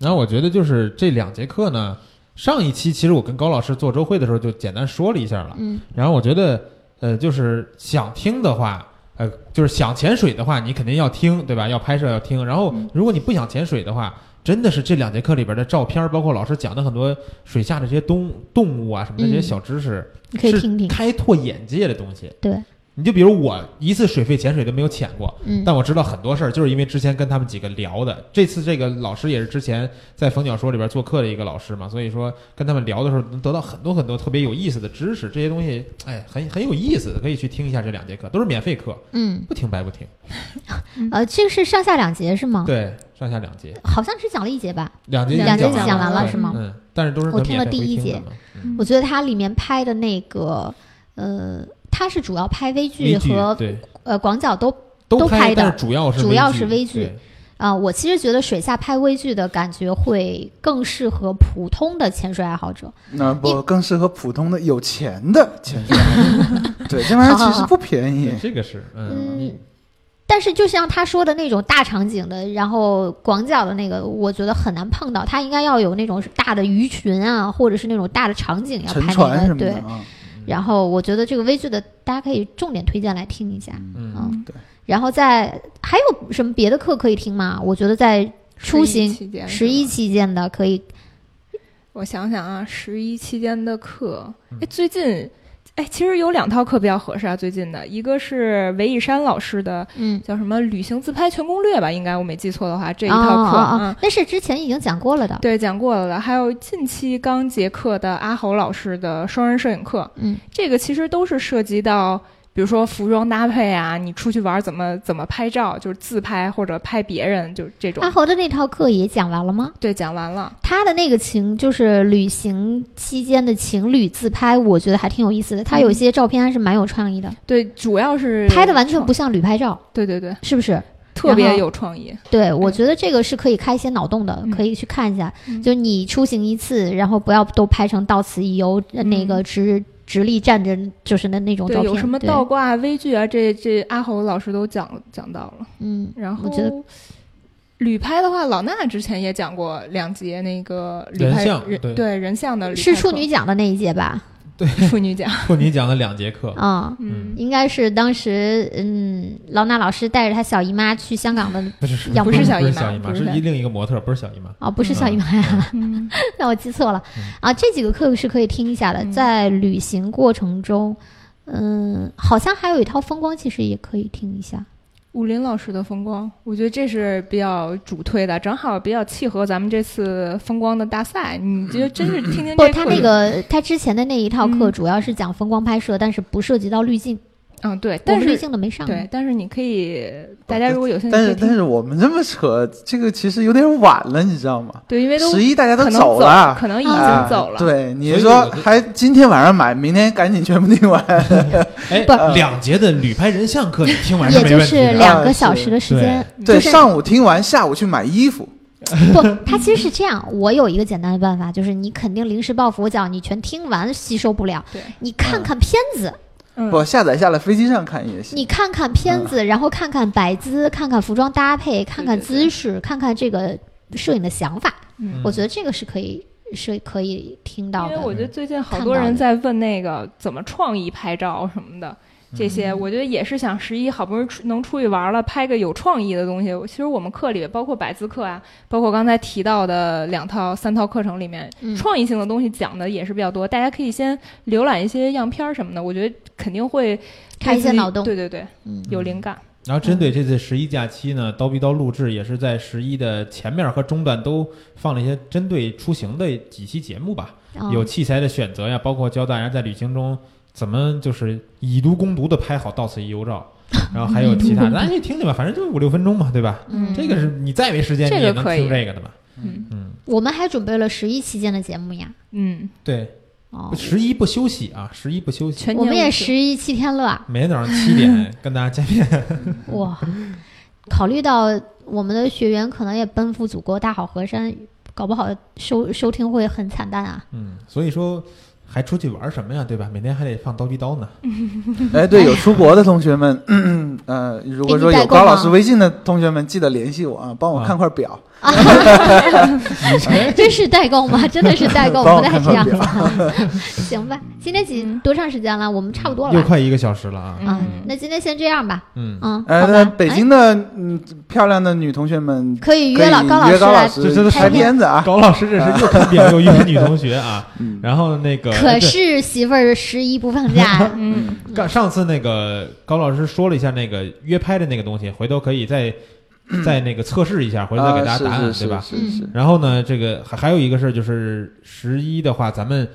Speaker 1: 然后我觉得就是这两节课呢，上一期其实我跟高老师做周会的时候就简单说了一下了。
Speaker 2: 嗯，
Speaker 1: 然后我觉得，呃，就是想听的话，呃，就是想潜水的话，你肯定要听，对吧？要拍摄要听。然后
Speaker 2: 嗯
Speaker 1: 如果你不想潜水的话，真的是这两节课里边的照片，包括老师讲的很多水下的这些动动物啊什么的这些
Speaker 2: 嗯
Speaker 1: 小知识，
Speaker 2: 你可以听听
Speaker 1: 是。开拓眼界的东西。
Speaker 2: 对，
Speaker 1: 你就比如我一次水肺潜水都没有潜过，
Speaker 2: 嗯
Speaker 1: 但我知道很多事儿，就是因为之前跟他们几个聊的。这次这个老师也是之前在冯小说里边做客的一个老师嘛，所以说跟他们聊的时候能得到很多很多特别有意思的知识。这些东西，哎，很很有意思，可以去听一下这两节课，都是免费课，
Speaker 2: 嗯，
Speaker 1: 不听白不听。
Speaker 2: 呃，这个是上下两节是吗？
Speaker 1: 对，上下两节，
Speaker 2: 好像只讲了一节吧。
Speaker 1: 两节
Speaker 2: 嗯两节
Speaker 1: 完
Speaker 2: 讲完
Speaker 1: 了
Speaker 2: 了
Speaker 1: 对
Speaker 2: 是吗
Speaker 1: 嗯，但是都是
Speaker 2: 我
Speaker 1: 能
Speaker 2: 听
Speaker 1: 免
Speaker 2: 了
Speaker 1: 费
Speaker 2: 第
Speaker 1: 回
Speaker 2: 一
Speaker 1: 听
Speaker 2: 节
Speaker 1: 的嘛。嗯
Speaker 2: 我觉得它里面拍的那个，呃，它是主要拍微剧
Speaker 1: 微剧
Speaker 2: 和
Speaker 1: 对
Speaker 2: 呃广角都
Speaker 1: 都
Speaker 2: 都
Speaker 1: 拍
Speaker 2: 拍的
Speaker 1: 但是主要是
Speaker 2: 主要是微
Speaker 1: 剧
Speaker 2: 剧，啊、我其实觉得水下拍微距的感觉会更适合普通的潜水爱好者。
Speaker 3: 那不
Speaker 2: 你
Speaker 3: 更适合普通的有钱的潜 水员？对，这玩意儿其实不便
Speaker 1: 对
Speaker 3: 宜
Speaker 1: 对。这个是嗯，你
Speaker 2: 但是就像他说的那种大场景的，然后广角的那个，我觉得很难碰到。他应该要有那种大的鱼群啊，或者是那种大的场景要
Speaker 3: 沉
Speaker 2: 拍
Speaker 3: 船
Speaker 2: 那
Speaker 3: 什
Speaker 2: 个。
Speaker 3: 么
Speaker 2: 对，
Speaker 3: 的啊，
Speaker 2: 然后我觉得这个微距的，大家可以重点推荐来听一下。
Speaker 1: 嗯，
Speaker 2: 嗯，
Speaker 3: 对。
Speaker 2: 然后在还有什么别的课可以听吗？我觉得在出行
Speaker 4: 期间，
Speaker 2: 十一，期间的可以，
Speaker 4: 我想想啊，十一期间的课
Speaker 1: 嗯，
Speaker 4: 哎，最近，哎，其实有两套课比较合适啊，最近的一个是韦以山老师的
Speaker 2: 嗯，
Speaker 4: 叫什么《旅行自拍全攻略》吧，应该我没记错的话，这一套
Speaker 2: 哦
Speaker 4: 课
Speaker 2: 哦哦
Speaker 4: 嗯
Speaker 2: 那是之前已经讲过了的。
Speaker 4: 对，讲过了的。还有近期刚结课的阿侯老师的双人摄影课，
Speaker 2: 嗯
Speaker 4: 这个其实都是涉及到，比如说服装搭配啊，你出去玩儿怎么怎么拍照，就是自拍或者拍别人，就是这种
Speaker 2: 阿。豪的那套课也讲完了吗？
Speaker 4: 对，讲完了。
Speaker 2: 他的那个情就是旅行期间的情侣自拍，我觉得还挺有意思的。他有一些照片还是蛮有创意的，
Speaker 4: 对，主要嗯是
Speaker 2: 拍的完全
Speaker 4: 创
Speaker 2: 不像旅拍照，
Speaker 4: 对对对，
Speaker 2: 是不是？
Speaker 4: 特
Speaker 2: 然
Speaker 4: 别
Speaker 2: 后
Speaker 4: 有创意。
Speaker 2: 对，我觉得这个是可以开一些脑洞的，
Speaker 4: 嗯
Speaker 2: 可以去看一下。
Speaker 4: 嗯
Speaker 2: 就你出行一次，然后不要都拍成到此一游，呃那个直直立站着就是的那种照
Speaker 4: 嗯对，
Speaker 2: 片。
Speaker 4: 有什么
Speaker 2: 对
Speaker 4: 倒挂、微距啊，这这阿侯老师都讲讲到了。
Speaker 2: 嗯，
Speaker 4: 然后
Speaker 2: 我觉得
Speaker 4: 旅拍的话，老衲之前也讲过两节那个旅
Speaker 1: 人
Speaker 4: 拍
Speaker 1: 像对
Speaker 4: 对人像的旅
Speaker 2: 是
Speaker 4: 拍
Speaker 2: 处
Speaker 4: 课
Speaker 2: 女奖的那一届吧？
Speaker 4: 处女奖，
Speaker 1: 或你讲的两节课，
Speaker 2: 啊、
Speaker 1: 嗯
Speaker 4: 嗯，
Speaker 2: 应该是当时嗯，劳娜老师带着她小姨妈去香港的
Speaker 1: 不是是
Speaker 2: 养
Speaker 1: 不是
Speaker 2: 不是
Speaker 1: 不是
Speaker 4: 小
Speaker 1: 小
Speaker 4: 姨妈
Speaker 1: 妈，
Speaker 4: 不
Speaker 1: 是
Speaker 4: 是
Speaker 1: 一另一个模特，不是小姨妈。
Speaker 2: 哦，不是小姨妈呀、
Speaker 4: 嗯
Speaker 2: 那我记错了
Speaker 1: 嗯
Speaker 2: 啊。这几个课是可以听一下的，
Speaker 4: 嗯
Speaker 2: 在旅行过程中，嗯，好像还有一套风光，其实也可以听一下。
Speaker 4: 武林老师的风光，我觉得这是比较主推的，正好比较契合咱们这次风光的大赛。你觉得真是
Speaker 3: 嗯
Speaker 4: 听听
Speaker 3: 哦
Speaker 2: 不，
Speaker 4: 这
Speaker 2: 他
Speaker 4: 课
Speaker 2: 那
Speaker 4: 有，
Speaker 2: 个他之前的那一套课
Speaker 4: 嗯
Speaker 2: 主要是讲风光拍摄，但是不涉及到滤镜，
Speaker 4: 嗯，对，
Speaker 2: 我
Speaker 4: 但
Speaker 2: 们滤
Speaker 4: 是
Speaker 2: 镜的没上。
Speaker 4: 对，，但是你可以，大家如果有
Speaker 2: 嗯
Speaker 4: 兴
Speaker 3: 哦
Speaker 4: 趣
Speaker 3: 但
Speaker 4: 可以
Speaker 3: 是但
Speaker 4: 听，
Speaker 3: 是我们这么扯，这个其实有点晚了，你知道吗？
Speaker 4: 对，因为都
Speaker 3: 十一大家都
Speaker 4: 可能走
Speaker 3: 了，
Speaker 4: 可能已
Speaker 3: 哎
Speaker 4: 经走了，
Speaker 3: 对，你
Speaker 1: 所以
Speaker 3: 说
Speaker 1: 我就
Speaker 3: 还今天晚上买，明天赶紧全部订完。
Speaker 1: 哎
Speaker 2: 不，
Speaker 1: 两节的旅拍人像课你听完是
Speaker 2: 也
Speaker 1: 没
Speaker 2: 就
Speaker 1: 问题
Speaker 2: 是
Speaker 1: 的。
Speaker 2: 两个小时的时间。
Speaker 3: 啊对，
Speaker 2: 就是
Speaker 3: 上午听完，下午去买衣服。
Speaker 2: 不，他其实是这样。我有一个简单的办法，就是你肯定临时抱佛脚，你全听完吸收不了。
Speaker 4: 对
Speaker 2: 你看看片子，
Speaker 4: 嗯，
Speaker 3: 我下载下来飞机上看也行。
Speaker 2: 你看看片子，然后看看摆姿，看看服装搭配，看看
Speaker 4: 对对
Speaker 2: 姿势，看看这个摄影的想法。
Speaker 4: 嗯
Speaker 2: 我觉得这个是可以是可以听到
Speaker 4: 因为
Speaker 2: 的。嗯
Speaker 4: 我觉得最近好
Speaker 2: 看
Speaker 4: 多
Speaker 2: 到
Speaker 4: 人
Speaker 2: 的
Speaker 4: 在问那个怎么创意拍照什么的。这些
Speaker 2: 嗯
Speaker 4: 我觉得也是想十一好不容易出能出去玩了，拍个有创意的东西。其实我们课里包括百姿课啊，包括刚才提到的两套、三套课程里面，
Speaker 2: 嗯
Speaker 4: 创意性的东西讲的也是比较多。大家可以先浏览一些样片儿什么的，我觉得肯定会
Speaker 2: 开一些
Speaker 4: 对自己
Speaker 2: 脑洞
Speaker 4: 对对对，
Speaker 2: 嗯
Speaker 4: 有灵感。
Speaker 1: 然后针对这次十一假期呢，刀逼刀录制也是在十一的前面和中段都放了一些针对出行的几期节目吧，
Speaker 2: 啊
Speaker 1: 有器材的选择呀，包括教大家在旅行中怎么就是以毒攻毒的拍好到此一游照，然后还有其他，咱去听听吧，反正就五六分钟嘛，对吧？
Speaker 2: 嗯
Speaker 1: 这个是你再没时间
Speaker 4: 这
Speaker 1: 你
Speaker 4: 个
Speaker 1: 也能
Speaker 4: 可以
Speaker 1: 听这个的嘛，
Speaker 4: 嗯
Speaker 1: 嗯，
Speaker 2: 我们还准备了十一期间的节目呀。
Speaker 4: 嗯，
Speaker 1: 对，
Speaker 2: 哦，
Speaker 1: 十一不休息啊，十一不休息，
Speaker 4: 全
Speaker 2: 我们
Speaker 4: 年
Speaker 2: 也
Speaker 4: 无休
Speaker 2: 十一七天乐啊！
Speaker 1: 每天早上七点跟大家见面。
Speaker 2: 哇，考虑到我们的学员可能也奔赴祖国大好河山，搞不好收收听会很惨淡啊。
Speaker 1: 嗯，所以说还出去玩什么呀，对吧？每天还得放刀逼刀呢。
Speaker 3: 哎，对，有出国的同学 嗯们，嗯呃，如果说有高老师微信的同学们，记得联系我啊，帮我看块表，
Speaker 2: 这是代购吗？真的是代 购，
Speaker 3: 帮我
Speaker 2: 不带
Speaker 3: 看
Speaker 2: 这
Speaker 3: 看
Speaker 2: 样子
Speaker 3: 表
Speaker 2: 啊。 行吧，今天几
Speaker 4: 嗯
Speaker 2: 多长时间了？我们差不多
Speaker 1: 又
Speaker 2: 了吧？
Speaker 1: 快一个小时了啊，
Speaker 2: 啊
Speaker 4: 嗯，，
Speaker 2: 那今天先这样吧。
Speaker 1: 嗯，
Speaker 2: 嗯，
Speaker 3: 哎，
Speaker 2: 好
Speaker 3: 那
Speaker 2: 吧。
Speaker 3: 北
Speaker 2: 哎
Speaker 3: 京的嗯漂亮的女同学们
Speaker 2: 可以
Speaker 3: 可
Speaker 2: 约
Speaker 3: 以
Speaker 2: 老高老
Speaker 3: 约
Speaker 2: 师
Speaker 3: 高老
Speaker 2: 来
Speaker 3: 师
Speaker 1: 这这都
Speaker 3: 拍
Speaker 2: 拍片
Speaker 3: 片子啊，
Speaker 1: 高老师这是又看病又约女同学 啊，
Speaker 3: 嗯，
Speaker 1: 然后那个
Speaker 2: 可
Speaker 1: 对
Speaker 2: 是媳妇儿十一不放假
Speaker 4: 嗯，
Speaker 1: 刚上次那个高老师说了一下那个约拍的那个东西，回头可以再再那个测试一下，回头再给大家答案，
Speaker 3: 啊是是
Speaker 1: 对吧？
Speaker 3: 是是是
Speaker 1: 然后呢，这个还还有一个事儿就是十一的话，咱们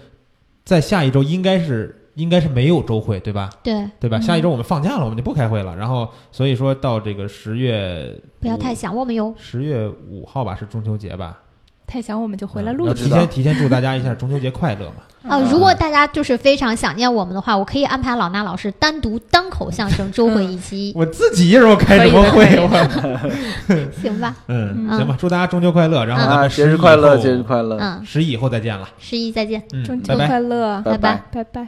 Speaker 1: 在下一周应该是应该是没有周会，对吧？
Speaker 2: 对，
Speaker 1: 对
Speaker 4: 嗯
Speaker 1: 吧？下一周我们放假了，我们就不开会了。然后所以说到这个十月
Speaker 2: 不要太想我们哟。
Speaker 1: 十月五号吧，是中秋节吧？
Speaker 4: 太想我们就回来
Speaker 1: 嗯
Speaker 4: 录
Speaker 1: 要
Speaker 3: 制
Speaker 1: 提前提前祝大家一下中秋节快乐嘛。
Speaker 3: 嗯
Speaker 2: 啊，如果大家就是非常想念我们的话，我可以安排老衲老师单独单口相 声周会一期，
Speaker 1: 我自己一人我开什么会？
Speaker 3: 啊
Speaker 1: 我
Speaker 2: 行吧？
Speaker 1: 嗯，
Speaker 2: 嗯
Speaker 1: 行吧，祝大家中秋快乐，然后咱
Speaker 3: 啊，
Speaker 1: 们
Speaker 3: 节
Speaker 1: 十一
Speaker 3: 日
Speaker 1: 以
Speaker 3: 快乐，
Speaker 1: 后
Speaker 3: 节日快乐，
Speaker 2: 嗯，
Speaker 1: 十一以后再见了，
Speaker 2: 十一再见。
Speaker 1: 嗯，
Speaker 4: 中秋
Speaker 1: 拜拜。
Speaker 4: 快乐，
Speaker 2: 拜
Speaker 3: 拜
Speaker 2: 拜。
Speaker 4: 拜拜。